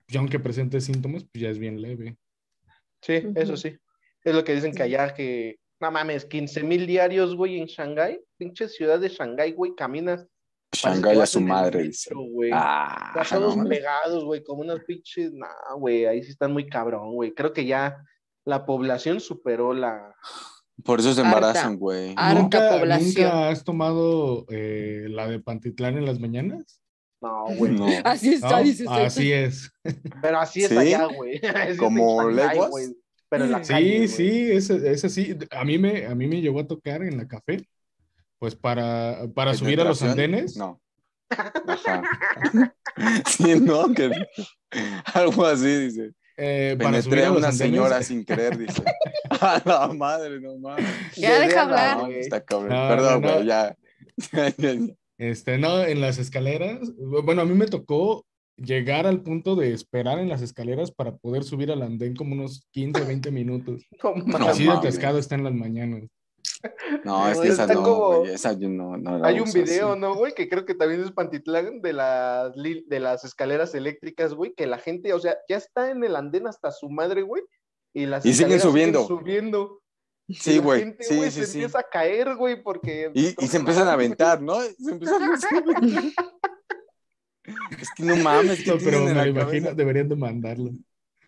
Speaker 4: Ya aunque presente síntomas, pues ya es bien leve.
Speaker 1: Sí,
Speaker 2: Ujú.
Speaker 1: eso sí. Es lo que dicen que
Speaker 2: Sí.
Speaker 1: allá que, no mames, 15 mil diarios, güey, en Shanghái. Pinche ciudad de Shanghái, güey, caminas.
Speaker 3: Shanghái a
Speaker 1: pareces
Speaker 3: su
Speaker 1: que vas en el
Speaker 3: madre,
Speaker 1: metro,
Speaker 3: dice.
Speaker 1: güey.
Speaker 3: Ah,
Speaker 1: Ya
Speaker 3: no,
Speaker 1: todos
Speaker 3: mames.
Speaker 1: pegados, güey, como unas pinches, no, güey, ahí sí están muy cabrón, güey. Creo que ya la población superó la...
Speaker 3: Por eso se
Speaker 2: Harta.
Speaker 3: embarazan, güey.
Speaker 2: Harta
Speaker 4: ¿Nunca,
Speaker 2: población.
Speaker 4: nunca has tomado eh, la de Pantitlán en las mañanas?
Speaker 1: No, güey.
Speaker 3: No.
Speaker 2: Así está,
Speaker 4: No,
Speaker 2: dice
Speaker 4: Así es.
Speaker 1: Pero así es
Speaker 3: ¿Sí?
Speaker 1: allá, güey. Así es
Speaker 3: ¿Como
Speaker 1: en Shanghái,
Speaker 3: leguas?
Speaker 1: güey. Pero en la
Speaker 4: Sí,
Speaker 1: calle, güey.
Speaker 4: sí, ese, ese sí. A mí, me, a mí me llegó a tocar en la café, pues para, para subir a los
Speaker 3: ¿Penetración?
Speaker 4: andenes.
Speaker 3: No. Ajá. Sí, no, que algo así dice.
Speaker 4: eh, para subir
Speaker 3: Penetré
Speaker 4: a
Speaker 3: a
Speaker 4: los
Speaker 3: una
Speaker 4: andenes.
Speaker 3: señora sin querer, dice. A la madre, no mames.
Speaker 2: Ya
Speaker 1: De
Speaker 2: deja
Speaker 1: verla,
Speaker 2: hablar.
Speaker 3: No,
Speaker 1: güey.
Speaker 3: está cabrón.
Speaker 4: No,
Speaker 3: Perdón,
Speaker 4: no, no.
Speaker 3: güey, ya. Ya, ya, ya.
Speaker 4: Este, no, en las escaleras. Bueno, a mí me tocó llegar al punto de esperar en las escaleras para poder subir al andén como unos 15, 20 minutos.
Speaker 1: No mames.
Speaker 4: Así de
Speaker 3: mames.
Speaker 4: atascado está en las mañanas.
Speaker 3: No, es
Speaker 1: No,
Speaker 3: que esa
Speaker 1: está
Speaker 3: no,
Speaker 1: como-
Speaker 3: güey, esa yo no, no la
Speaker 1: Hay un
Speaker 3: uso
Speaker 1: video,
Speaker 3: así.
Speaker 1: ¿no, güey? Que creo que también es Pantitlán de las, li- de las escaleras eléctricas, güey. Que la gente, o sea, ya está en el andén hasta su madre, güey. Y las
Speaker 3: Y siguen
Speaker 1: escaleras
Speaker 3: subiendo.
Speaker 1: subiendo. Y
Speaker 3: Sí,
Speaker 1: la
Speaker 3: güey,
Speaker 1: gente,
Speaker 3: sí, sí,
Speaker 1: Se
Speaker 3: sí.
Speaker 1: empieza a caer, güey, porque.
Speaker 3: Y, y se empiezan a aventar, ¿no? Se empiezan a Es que no mames, ¿qué
Speaker 4: No,
Speaker 3: tienen
Speaker 4: pero
Speaker 3: en
Speaker 4: me
Speaker 3: la
Speaker 4: lo imagino,
Speaker 3: cabeza?
Speaker 4: deberían de mandarlo.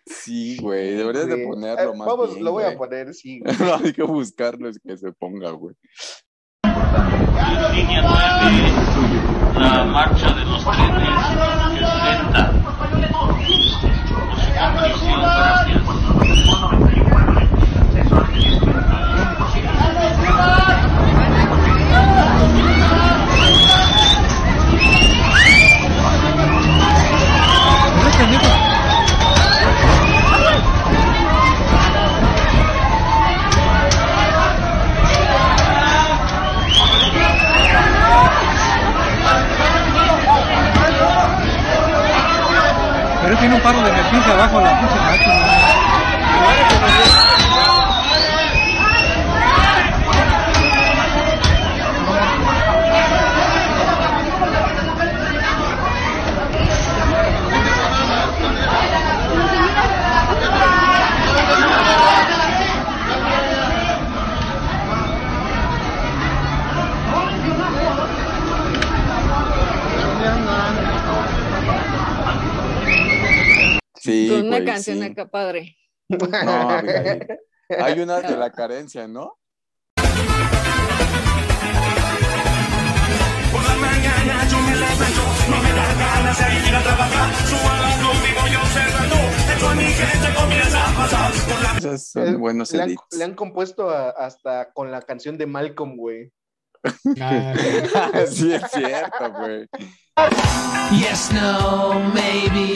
Speaker 3: Sí, güey, deberías de
Speaker 1: Sí.
Speaker 3: ponerlo
Speaker 1: Eh,
Speaker 3: más
Speaker 1: Vamos,
Speaker 3: bien,
Speaker 1: lo voy
Speaker 3: güey.
Speaker 1: a poner, sí. güey.
Speaker 3: No, hay que buscarlo, es que se ponga, güey.
Speaker 5: Línea 9, la marcha de los trenes es lenta. Música, prisión, gracias.
Speaker 6: Pero tiene un paro de emergencia abajo la pinche máquina.
Speaker 3: Sí,
Speaker 2: Con una
Speaker 3: güey,
Speaker 2: canción
Speaker 3: sí.
Speaker 2: acá, padre.
Speaker 3: No, Abigail. Hay una de la carencia, ¿no? Esos son
Speaker 1: Eh,
Speaker 3: buenos
Speaker 1: le, han,
Speaker 3: edits.
Speaker 1: le han compuesto a- hasta con la canción de Malcolm, güey.
Speaker 4: Ah, sí.
Speaker 3: sí, es cierto, güey.
Speaker 7: Yes, no, maybe.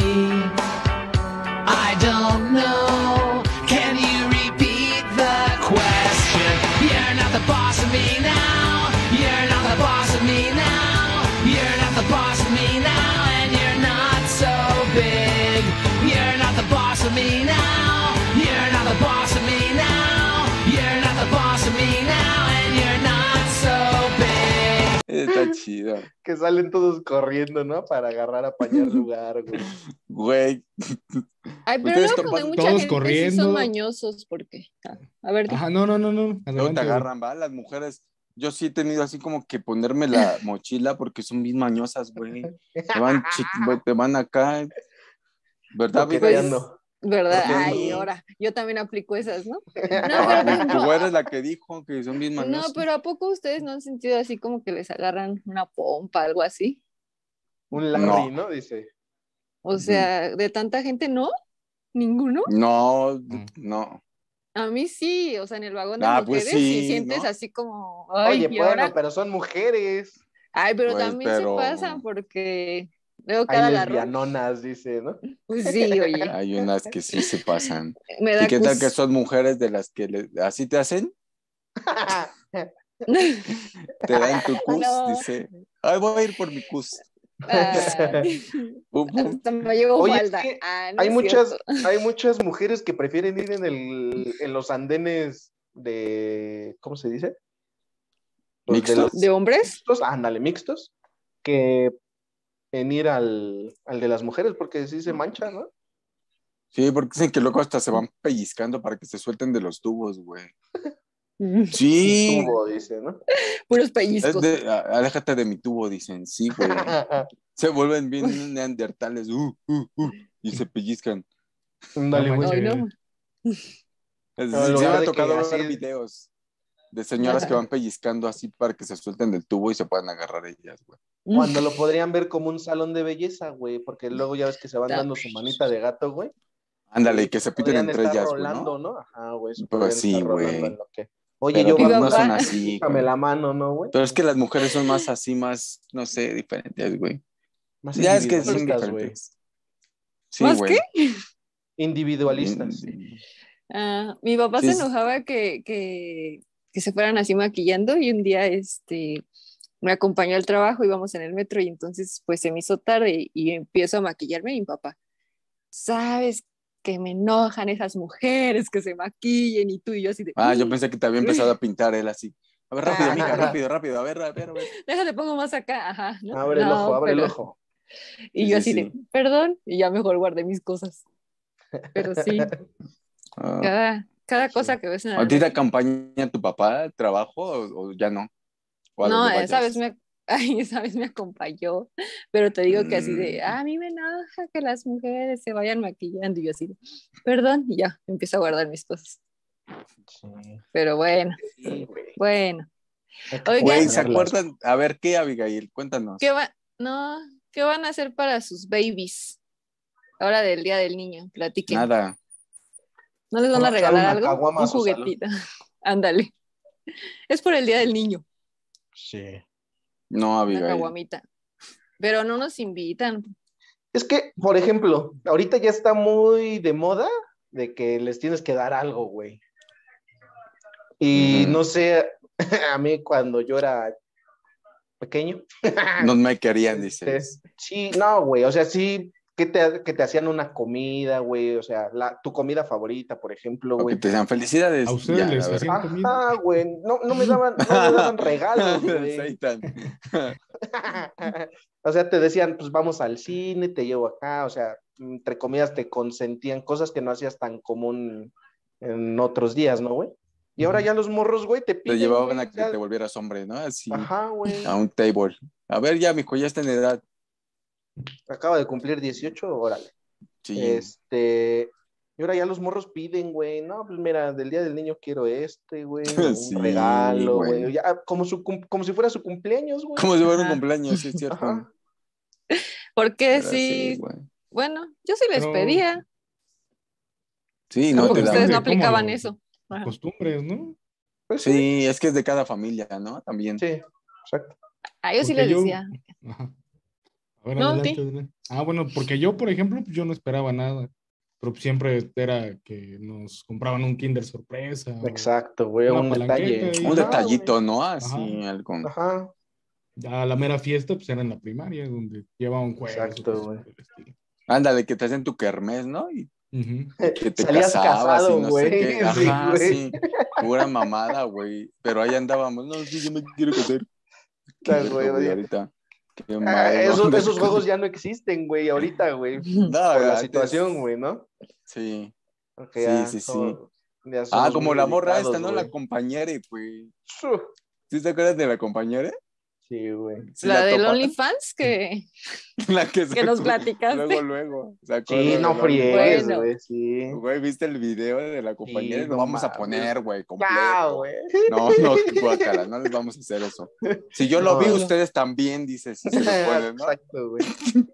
Speaker 7: I don't know. Can you repeat the question? You're not the boss of me now. You're not the boss of me now. You're not the boss of me now. And you're not so big. You're not the boss of me now. You're not the boss of me now. You're not the boss of me now. And you're not so big.
Speaker 3: Está chido.
Speaker 1: Que salen todos corriendo, ¿no? Para agarrar, apañar lugar, güey.
Speaker 3: Güey,
Speaker 2: Ay, pero
Speaker 3: Ustedes
Speaker 2: luego como hay
Speaker 3: topan-
Speaker 2: mucha
Speaker 4: todos
Speaker 2: gente, sí
Speaker 4: corriendo.
Speaker 2: son mañosos, porque. ah, A ver,
Speaker 4: Ajá, no, no, no, no.
Speaker 3: luego te
Speaker 4: adelante.
Speaker 3: agarran, ¿va? Las mujeres. Yo sí he tenido así como que ponerme la mochila porque son bien mañosas, güey. Te van, chiqui- güey, te van acá. ¿Verdad,
Speaker 1: Porque
Speaker 3: Abigail?
Speaker 1: ya
Speaker 2: pues,
Speaker 1: no.
Speaker 2: ¿verdad?
Speaker 3: Porque
Speaker 2: Ay,
Speaker 3: no.
Speaker 2: ahora. Yo también aplico esas, ¿no?
Speaker 3: No,
Speaker 2: pero por
Speaker 3: tu
Speaker 2: ejemplo,
Speaker 3: güera es pues, la que dijo que son bien
Speaker 2: No,
Speaker 3: mañosos.
Speaker 2: pero ¿a poco ustedes no han sentido así como que les agarran una pompa, algo así?
Speaker 1: Un Larry, ¿no? Dice.
Speaker 2: O sea, de tanta gente, ¿no? ¿Ninguno?
Speaker 3: No,
Speaker 4: Mm.
Speaker 3: no.
Speaker 2: A mí sí, o sea, en el vagón de
Speaker 3: Ah, pues
Speaker 2: mujeres
Speaker 3: sí,
Speaker 2: sí sientes
Speaker 3: ¿no?
Speaker 2: así como, ay,
Speaker 1: Oye,
Speaker 2: y
Speaker 1: bueno,
Speaker 2: ahora-
Speaker 1: pero son mujeres.
Speaker 2: Ay, pero
Speaker 3: Pues,
Speaker 2: también
Speaker 3: pero-
Speaker 2: se pasan porque veo cada
Speaker 1: Hay
Speaker 2: la
Speaker 1: lesbianonas, dice, ¿no?
Speaker 2: Pues sí, oye,
Speaker 3: Hay unas que sí se pasan.
Speaker 2: me da
Speaker 3: ¿Y qué tal que
Speaker 2: cus-
Speaker 3: son mujeres de las que le- así te hacen? Te dan tu cus,
Speaker 2: No.
Speaker 3: dice. Ay, voy a ir por mi cus.
Speaker 2: Ay,
Speaker 3: Pum, pum.
Speaker 2: hasta me llevo
Speaker 1: Oye, es
Speaker 2: falda.
Speaker 1: que
Speaker 2: Ah, no
Speaker 1: hay
Speaker 2: es
Speaker 1: muchas,
Speaker 2: cierto.
Speaker 1: hay muchas mujeres que prefieren ir en el, en los andenes de, ¿cómo se dice? Pues de
Speaker 3: ¿Mixtos?
Speaker 1: los-
Speaker 2: ¿De hombres?
Speaker 1: mixtos, ándale, mixtos, que en ir al, al de las mujeres, porque sí se mancha, ¿no?
Speaker 3: Sí, porque dicen que loco hasta se van pellizcando para que se suelten de los tubos, güey. Sí.
Speaker 1: Tubo, dice, ¿no?
Speaker 2: Puros
Speaker 3: Es
Speaker 2: pellizcos.
Speaker 3: de- a- aléjate de mi tubo, dicen. Sí, güey. Se vuelven bien neandertales. uh, uh, uh, y se pellizcan.
Speaker 1: Ándale,
Speaker 4: No
Speaker 1: güey.
Speaker 2: Ay,
Speaker 4: manches.
Speaker 2: no.
Speaker 3: Es-
Speaker 1: No, en
Speaker 3: sí
Speaker 1: lugar
Speaker 3: me ha
Speaker 1: de que
Speaker 3: tocado ver
Speaker 1: así-
Speaker 3: videos de señoras que van pellizcando así para que se suelten del tubo y se puedan agarrar ellas, güey.
Speaker 1: Cuando lo podrían ver como un salón de belleza, güey, porque luego ya ves que se van dando su manita de gato, güey.
Speaker 3: Ándale, que se piten
Speaker 1: Podrían
Speaker 3: entre
Speaker 1: estar
Speaker 3: ellas, güey,
Speaker 1: rolando,
Speaker 3: ¿no?
Speaker 1: ¿no? Ajá, güey. eso
Speaker 3: Pues
Speaker 1: podrían
Speaker 3: sí,
Speaker 1: estar rolando
Speaker 3: güey.
Speaker 1: en lo que- Oye,
Speaker 3: Pero
Speaker 1: yo
Speaker 3: pues,
Speaker 2: Viva
Speaker 1: vamos
Speaker 3: no
Speaker 1: a
Speaker 3: son
Speaker 2: Juan.
Speaker 3: así,
Speaker 1: Dame
Speaker 3: güey.
Speaker 1: la mano, ¿no, güey?
Speaker 3: Pero es que las mujeres son más así, más, no sé, diferentes, güey.
Speaker 1: Más
Speaker 3: Ya es que son
Speaker 1: individualistas, güey.
Speaker 3: diferentes. Sí,
Speaker 2: ¿Más
Speaker 3: güey.
Speaker 1: Individualistas.
Speaker 2: Ah, mi papá
Speaker 3: Sí,
Speaker 2: se
Speaker 3: es-
Speaker 2: enojaba que, que, que se fueran así maquillando y un día este, me acompañó al trabajo, íbamos en el metro y entonces pues se me hizo tarde y, y empiezo a maquillarme y mi papá, sabes que me enojan esas mujeres que se maquillen y tú y yo así de,
Speaker 3: Ah, yo
Speaker 2: "Mm,
Speaker 3: pensé que te había empezado a pintar él así. A ver, rápido,
Speaker 1: Ah.
Speaker 3: mija, rápido, rápido. A ver, a ver, a ver.
Speaker 2: déjate pongo más acá, ajá. ¿no?
Speaker 1: Abre el
Speaker 2: No,
Speaker 1: ojo, abre el
Speaker 2: pero-
Speaker 1: ojo.
Speaker 2: Y yo
Speaker 3: Sí,
Speaker 2: así
Speaker 3: sí,
Speaker 2: de, perdón, y ya mejor guardé mis cosas. Pero sí,
Speaker 3: Ah.
Speaker 2: cada, cada cosa que ves en
Speaker 3: ¿A
Speaker 2: la
Speaker 3: ti te acompaña tu papá al trabajo o, o ya no? O a
Speaker 2: No,
Speaker 3: donde
Speaker 2: esa vez,
Speaker 3: vayas.
Speaker 2: me, ay, esa vez me acompañó, pero te digo que así de,
Speaker 3: Mm.
Speaker 2: "Ah, a mí me enoja que las mujeres se vayan maquillando y yo así, de, perdón, y ya, empiezo a guardar mis cosas. Pero bueno,
Speaker 1: Sí, güey.
Speaker 2: bueno,
Speaker 1: Hay que
Speaker 2: Oigan.
Speaker 3: Güey, ¿se
Speaker 1: ponerlas.
Speaker 3: acuerdan? A ver, ¿qué, Abigail? Cuéntanos.
Speaker 2: ¿qué, va, no, ¿qué van a hacer para sus babies? Ahora del Día del Niño, platiquen.
Speaker 3: Nada.
Speaker 2: ¿No les van a
Speaker 1: Van a echar
Speaker 2: regalar
Speaker 1: una
Speaker 2: algo?
Speaker 1: caguama a
Speaker 2: Un
Speaker 1: su salón.
Speaker 2: juguetito. Ándale. Es por el Día del Niño,
Speaker 1: Sí.
Speaker 3: No,
Speaker 2: una
Speaker 3: Abigail.
Speaker 2: caguamita. Pero no nos invitan.
Speaker 1: Es que, por ejemplo, ahorita ya está muy de moda de que les tienes que dar algo, güey. Y
Speaker 3: Ujú.
Speaker 1: no sé, a mí cuando yo era pequeño.
Speaker 3: No me querían,
Speaker 1: este,
Speaker 3: dices.
Speaker 1: Sí, no, güey, o sea, sí, que te, que te hacían una comida, güey, o sea, la, tu comida favorita, por ejemplo,
Speaker 3: O que
Speaker 1: güey.
Speaker 3: te dan felicidades.
Speaker 4: A ustedes
Speaker 3: Ya,
Speaker 4: les
Speaker 3: a
Speaker 4: Ah,
Speaker 3: ver.
Speaker 4: hacían comida.
Speaker 1: Ajá, güey, no, no me daban, no me daban regalos, güey.
Speaker 3: Seitan.
Speaker 1: o sea, te decían, pues vamos al cine, te llevo acá, o sea, entre comillas te consentían cosas que no hacías tan común en otros días, ¿no, güey? Y ahora ya los morros, güey, te
Speaker 3: Te
Speaker 1: piden.
Speaker 3: llevaban
Speaker 1: güey,
Speaker 3: a
Speaker 1: o
Speaker 3: que
Speaker 1: sea,
Speaker 3: te volvieras hombre, ¿no? Así,
Speaker 1: Ajá, güey.
Speaker 3: a Ah, un table. A ver, ya, mijo, ya está en edad.
Speaker 1: Acaba de cumplir 18, órale.
Speaker 3: Sí.
Speaker 1: Este. Y ahora ya los morros piden, güey. No, pues mira, del día del niño quiero este, güey. Un
Speaker 3: Sí,
Speaker 1: regalo,
Speaker 3: güey.
Speaker 1: güey. Ya, Como, su cum- como si fuera su cumpleaños, güey.
Speaker 3: Como si fuera un
Speaker 2: Ajá.
Speaker 3: cumpleaños, sí, es cierto.
Speaker 1: Ajá.
Speaker 2: Porque
Speaker 3: Pero
Speaker 2: sí,
Speaker 3: güey.
Speaker 2: bueno, yo sí les
Speaker 4: Pero-
Speaker 2: pedía.
Speaker 3: Sí, no
Speaker 4: Como
Speaker 3: te
Speaker 4: que ustedes
Speaker 3: dan.
Speaker 4: no ¿Cómo
Speaker 2: aplicaban
Speaker 4: lo-
Speaker 2: eso. Ajá.
Speaker 4: Costumbres, ¿no?
Speaker 1: Pues sí.
Speaker 3: Sí, es que es de cada familia, ¿no? También.
Speaker 1: Sí, exacto.
Speaker 2: Ah, yo sí
Speaker 4: Porque
Speaker 2: les
Speaker 4: yo-
Speaker 2: decía.
Speaker 4: Ajá. A ver,
Speaker 2: No,
Speaker 4: adelante,
Speaker 2: ti.
Speaker 4: adelante. Ah, bueno, porque yo, por ejemplo, pues, yo no esperaba nada. Pero siempre era que nos compraban un Kinder sorpresa. o-
Speaker 1: Exacto, güey.
Speaker 4: Una
Speaker 1: Un
Speaker 4: palanqueta
Speaker 1: detalle.
Speaker 4: y-
Speaker 3: Un
Speaker 1: Ajá,
Speaker 3: detallito, ¿no? Así, algo.
Speaker 1: güey. Ajá.
Speaker 4: A la mera fiesta, pues era en la primaria, donde llevaban juegos. o
Speaker 1: Exacto,
Speaker 4: cosas
Speaker 1: güey.
Speaker 4: por el estilo.
Speaker 3: Ándale, que te hacen tu kermés, ¿no? Y
Speaker 4: Ujú.
Speaker 3: que te
Speaker 1: Salías
Speaker 3: casabas
Speaker 1: casado,
Speaker 3: y no
Speaker 1: güey.
Speaker 3: sé qué.
Speaker 1: Sí,
Speaker 3: Ajá,
Speaker 1: güey.
Speaker 3: sí. Pura mamada, güey. Pero ahí andábamos. No, sí, yo me quiero casar. Qué
Speaker 1: Claro, güey,
Speaker 3: verga, güey,
Speaker 1: oye.
Speaker 3: ahorita. Qué
Speaker 1: Ah,
Speaker 3: mal, ¿no?
Speaker 1: esos, esos juegos ya no existen, güey, ahorita, güey.
Speaker 3: No,
Speaker 1: Por la
Speaker 3: antes-
Speaker 1: situación, güey, ¿no?
Speaker 3: Sí.
Speaker 1: Ok,
Speaker 3: Sí,
Speaker 1: ya
Speaker 3: sí, sí.
Speaker 1: somos- ya
Speaker 3: Ah,
Speaker 1: somos
Speaker 3: como
Speaker 1: muy
Speaker 3: la morra
Speaker 1: dedicados,
Speaker 3: esta, ¿no?
Speaker 1: güey.
Speaker 3: La compañera, güey.
Speaker 1: Su-
Speaker 3: ¿Sí te acuerdas de la compañera?
Speaker 1: Sí, güey.
Speaker 3: Sí,
Speaker 2: la del
Speaker 3: topa-
Speaker 2: OnlyFans que,
Speaker 3: La que,
Speaker 2: que nos
Speaker 3: sacó Luego,
Speaker 2: platicaste.
Speaker 3: luego. sacó
Speaker 1: Sí,
Speaker 3: luego
Speaker 1: no
Speaker 3: el
Speaker 1: fríes,
Speaker 2: Bueno.
Speaker 1: güey, sí.
Speaker 3: Güey, ¿viste el video de la compañera?
Speaker 1: Sí,
Speaker 3: lo
Speaker 1: no
Speaker 3: vamos a
Speaker 1: mames.
Speaker 3: poner, güey, completo.
Speaker 1: Ah, güey.
Speaker 3: No, no, guácala, no les vamos a hacer eso. Si yo lo
Speaker 1: No.
Speaker 3: vi, ustedes también, dice, si se lo ponen, ¿no?
Speaker 1: Exacto, güey.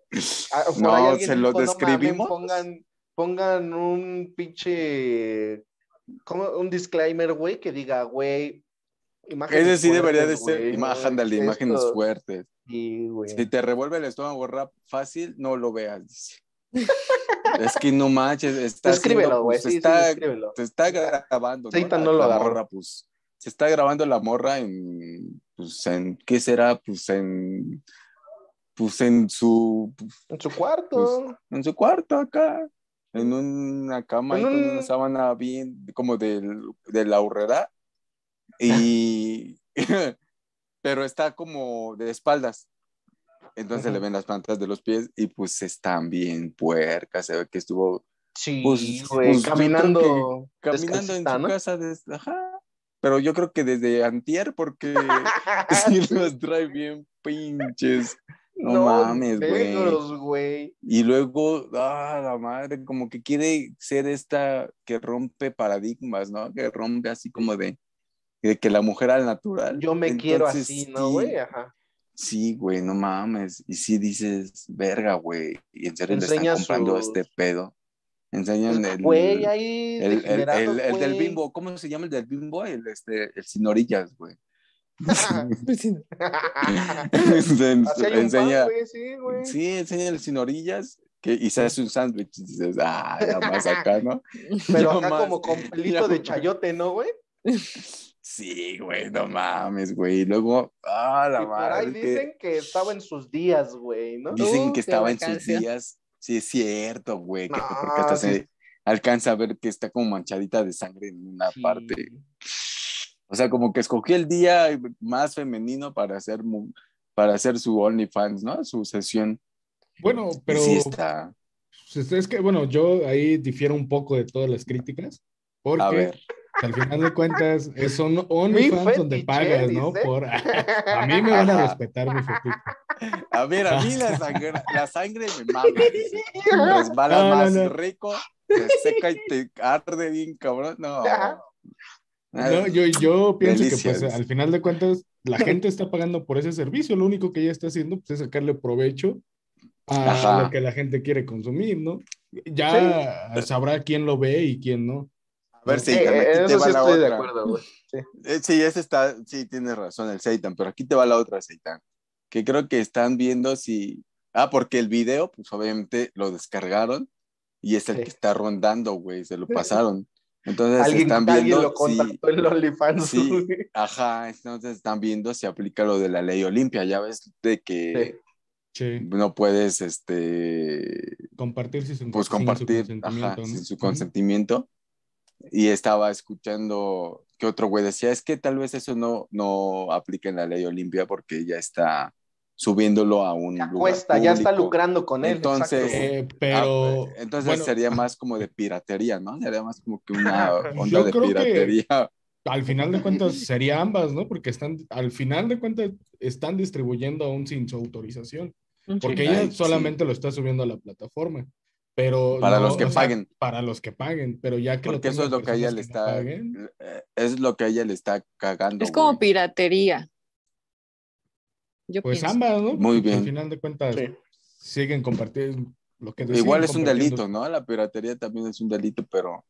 Speaker 1: Ah, por
Speaker 3: No,
Speaker 1: ahí alguien
Speaker 3: se lo
Speaker 1: "No mames,
Speaker 3: describimos".
Speaker 1: pongan, pongan un pinche. como Un disclaimer, güey, que diga, güey. imágenes
Speaker 3: Ese sí debería de
Speaker 1: fuertes,
Speaker 3: ser
Speaker 1: güey,
Speaker 3: imagen
Speaker 1: no,
Speaker 3: de imágenes
Speaker 1: esto-
Speaker 3: fuertes.
Speaker 1: Sí, güey.
Speaker 3: Si te revuelve el estómago rap fácil, no lo veas, dice. es que no manches, está
Speaker 1: Escríbelo,
Speaker 3: haciendo,
Speaker 1: güey.
Speaker 3: pues,
Speaker 1: Sí, sí,
Speaker 3: está,
Speaker 1: escríbelo.
Speaker 3: se está grabando.
Speaker 1: Seitan no lo
Speaker 3: La
Speaker 1: agarró.
Speaker 3: morra, pues, se está grabando la morra en, pues, en, ¿qué será? Pues en, pues en su,
Speaker 1: En su cuarto.
Speaker 3: en su cuarto acá, en una cama
Speaker 1: En
Speaker 3: y con
Speaker 1: un-
Speaker 3: una sábana bien como del- de la horrera. Y. Pero está como de espaldas. Entonces
Speaker 1: Ujú.
Speaker 3: le ven las plantas de los pies y pues están bien puercas. Se ve que estuvo
Speaker 1: sí,
Speaker 3: pues,
Speaker 1: güey.
Speaker 3: pues, yo creo
Speaker 1: caminando.
Speaker 3: caminando en
Speaker 1: descalcita,
Speaker 3: su
Speaker 1: ¿no?
Speaker 3: casa desde. Ajá. Pero yo creo que desde Antier, porque sí los trae bien pinches No, mames, güey.
Speaker 1: perros, güey.
Speaker 3: Y luego, ah, la madre, como que quiere ser esta que rompe paradigmas, ¿no? Que rompe así como de, de que la mujer al natural.
Speaker 1: Yo me quiero
Speaker 3: Entonces,
Speaker 1: así, ¿no,
Speaker 3: sí,
Speaker 1: güey? Ajá.
Speaker 3: Sí, güey, no mames. Y sí dices, verga, güey. Y en serio le
Speaker 1: Enseña
Speaker 3: están comprando
Speaker 1: sus-
Speaker 3: este pedo. Enseñan el,
Speaker 1: Pues, Güey, ahí.
Speaker 3: el, el- el-
Speaker 1: degenerados,
Speaker 3: el del
Speaker 1: güey.
Speaker 3: bimbo. ¿Cómo se llama el del bimbo? El, este, el sin orillas, güey. En-
Speaker 1: Así hay un
Speaker 3: enseña,
Speaker 1: pan, güey, sí, güey.
Speaker 3: sí, enseña el sin orillas que, y se hace un sándwich. Y dices, ah, ya más acá, ¿no?
Speaker 1: Pero
Speaker 3: Ya
Speaker 1: acá
Speaker 3: más,
Speaker 1: como con pelito
Speaker 3: ya
Speaker 1: de
Speaker 3: más.
Speaker 1: chayote, ¿no, güey?
Speaker 3: Sí, güey, no mames, güey. Y luego, ah, la
Speaker 1: Y por ahí
Speaker 3: madre. que Dicen,
Speaker 1: dicen que estaba en sus días, güey, ¿no?
Speaker 2: Uh,
Speaker 3: que
Speaker 2: qué
Speaker 3: estaba en sus
Speaker 2: vacancia.
Speaker 3: días. Sí, es cierto, güey, que
Speaker 1: No,
Speaker 3: porque hasta
Speaker 1: sí.
Speaker 3: se alcanza a ver que está como manchadita de sangre en una
Speaker 1: Sí.
Speaker 3: parte. O sea, como que escogió el día más femenino para hacer, mu- para hacer su OnlyFans, ¿no? Su sesión.
Speaker 4: Bueno,
Speaker 3: Pero...
Speaker 4: pero
Speaker 3: Sí está.
Speaker 4: pues, es que, bueno, yo ahí difiero un poco de todas las críticas, porque
Speaker 3: A ver.
Speaker 4: al final de cuentas es- son OnlyFans donde
Speaker 1: fetiche,
Speaker 4: pagas, ¿no?
Speaker 1: dice.
Speaker 4: Por, a mí me van a
Speaker 3: Ajá.
Speaker 4: respetar mi fetiche.
Speaker 3: A ver, a mí la sangre, la sangre me mama. dice. Resbala
Speaker 4: No, no,
Speaker 3: más
Speaker 4: no.
Speaker 3: rico, te seca y te arde bien, cabrón. No.
Speaker 1: Ajá.
Speaker 3: Ah,
Speaker 4: No, yo, yo pienso que
Speaker 3: Delicias.
Speaker 4: pues al final de cuentas la gente está pagando por ese servicio, lo único que ella está haciendo pues, es sacarle provecho a
Speaker 3: Ajá.
Speaker 4: lo que la gente quiere consumir, ¿no? Ya sabrá quién lo ve y quién no.
Speaker 3: A ver, si
Speaker 1: Eh, eh, en
Speaker 3: te
Speaker 1: eso
Speaker 3: va
Speaker 1: sí
Speaker 3: la
Speaker 1: estoy de
Speaker 3: otra.
Speaker 1: acuerdo, güey.
Speaker 3: Eh, Sí, ese está, sí, tienes razón, el Seitan, pero aquí te va la otra Seitan, que creo que están viendo si, ah, porque el video, pues obviamente lo descargaron y es el
Speaker 1: Sí.
Speaker 3: que está rondando, güey, se lo pasaron. Entonces
Speaker 1: Alguien,
Speaker 3: están
Speaker 1: alguien
Speaker 3: viendo
Speaker 1: lo
Speaker 3: si,
Speaker 1: contactó en OnlyFans,
Speaker 3: Sí.
Speaker 1: güey.
Speaker 3: ajá, entonces están viendo si aplica lo de la ley Olimpia, ya ves de que
Speaker 4: Che,
Speaker 3: no puedes, este,
Speaker 4: compartir si se
Speaker 3: pues compartir
Speaker 4: sin su
Speaker 3: ajá,
Speaker 4: consentimiento, ¿no?
Speaker 3: sin su
Speaker 4: Ujú.
Speaker 3: consentimiento. Y estaba escuchando que otro güey decía, es que tal vez eso no, no aplica en la ley Olimpia porque ya está subiéndolo a un
Speaker 1: Ya
Speaker 3: lugar
Speaker 1: cuesta, ya está
Speaker 3: público.
Speaker 1: lucrando con él.
Speaker 3: Entonces,
Speaker 1: exacto, güey.
Speaker 4: Eh, pero
Speaker 3: Ah, entonces
Speaker 4: bueno,
Speaker 3: sería más como de piratería, ¿no? Sería más como que una onda
Speaker 4: Yo
Speaker 3: de
Speaker 4: creo que- pues
Speaker 3: piratería.
Speaker 4: al final de cuentas sería ambas, ¿no? Porque están al final de cuentas están distribuyendo aún sin su autorización, porque
Speaker 3: Sí.
Speaker 4: ella
Speaker 3: Ay, sí.
Speaker 4: solamente lo está subiendo a la plataforma. Pero
Speaker 3: Para
Speaker 4: no,
Speaker 3: los que
Speaker 4: o sea,
Speaker 3: paguen.
Speaker 4: para los que paguen, pero ya que lo
Speaker 3: Porque eso es
Speaker 4: tengan
Speaker 3: lo que a ella le
Speaker 4: personas no
Speaker 3: está...
Speaker 4: paguen,
Speaker 3: eh, Es lo que a ella le está cagando.
Speaker 2: Es como
Speaker 3: güey.
Speaker 2: piratería. Yo
Speaker 4: pues
Speaker 2: pienso.
Speaker 4: ambas, ¿no?
Speaker 3: Muy
Speaker 4: Porque
Speaker 3: bien.
Speaker 4: Al final de cuentas
Speaker 1: Sí.
Speaker 4: siguen compartiendo lo que siguen
Speaker 3: Igual es un
Speaker 4: pues compartiendo
Speaker 3: delito, ¿no? La piratería también es un delito, pero,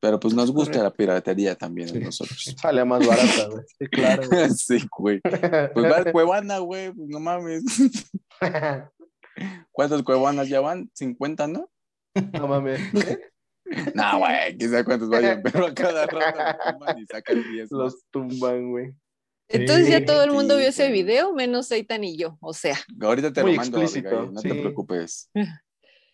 Speaker 3: pero pues nos gusta la piratería también
Speaker 4: Sí.
Speaker 3: a nosotros.
Speaker 1: Sale más barata, güey. Sí, claro. güey.
Speaker 3: sí, güey. Pues va el Cuevana, güey, pues no mames. ¿Cuántas Cuevanas ya van? ¿50, no?
Speaker 1: no mames. ¿eh?
Speaker 3: No, güey, quién sabe cuántos vayan, pero a cada rato lo toman y sacan 10. más.
Speaker 1: Los tumban, güey.
Speaker 2: Entonces
Speaker 4: Sí,
Speaker 2: ya todo el mundo
Speaker 3: sí,
Speaker 2: vio ese
Speaker 3: güey.
Speaker 2: video, menos Seitan y yo. O sea,
Speaker 3: Ahorita te
Speaker 1: Muy
Speaker 3: lo mando,
Speaker 1: explícito,
Speaker 3: Abigail, no te
Speaker 1: sí.
Speaker 3: preocupes.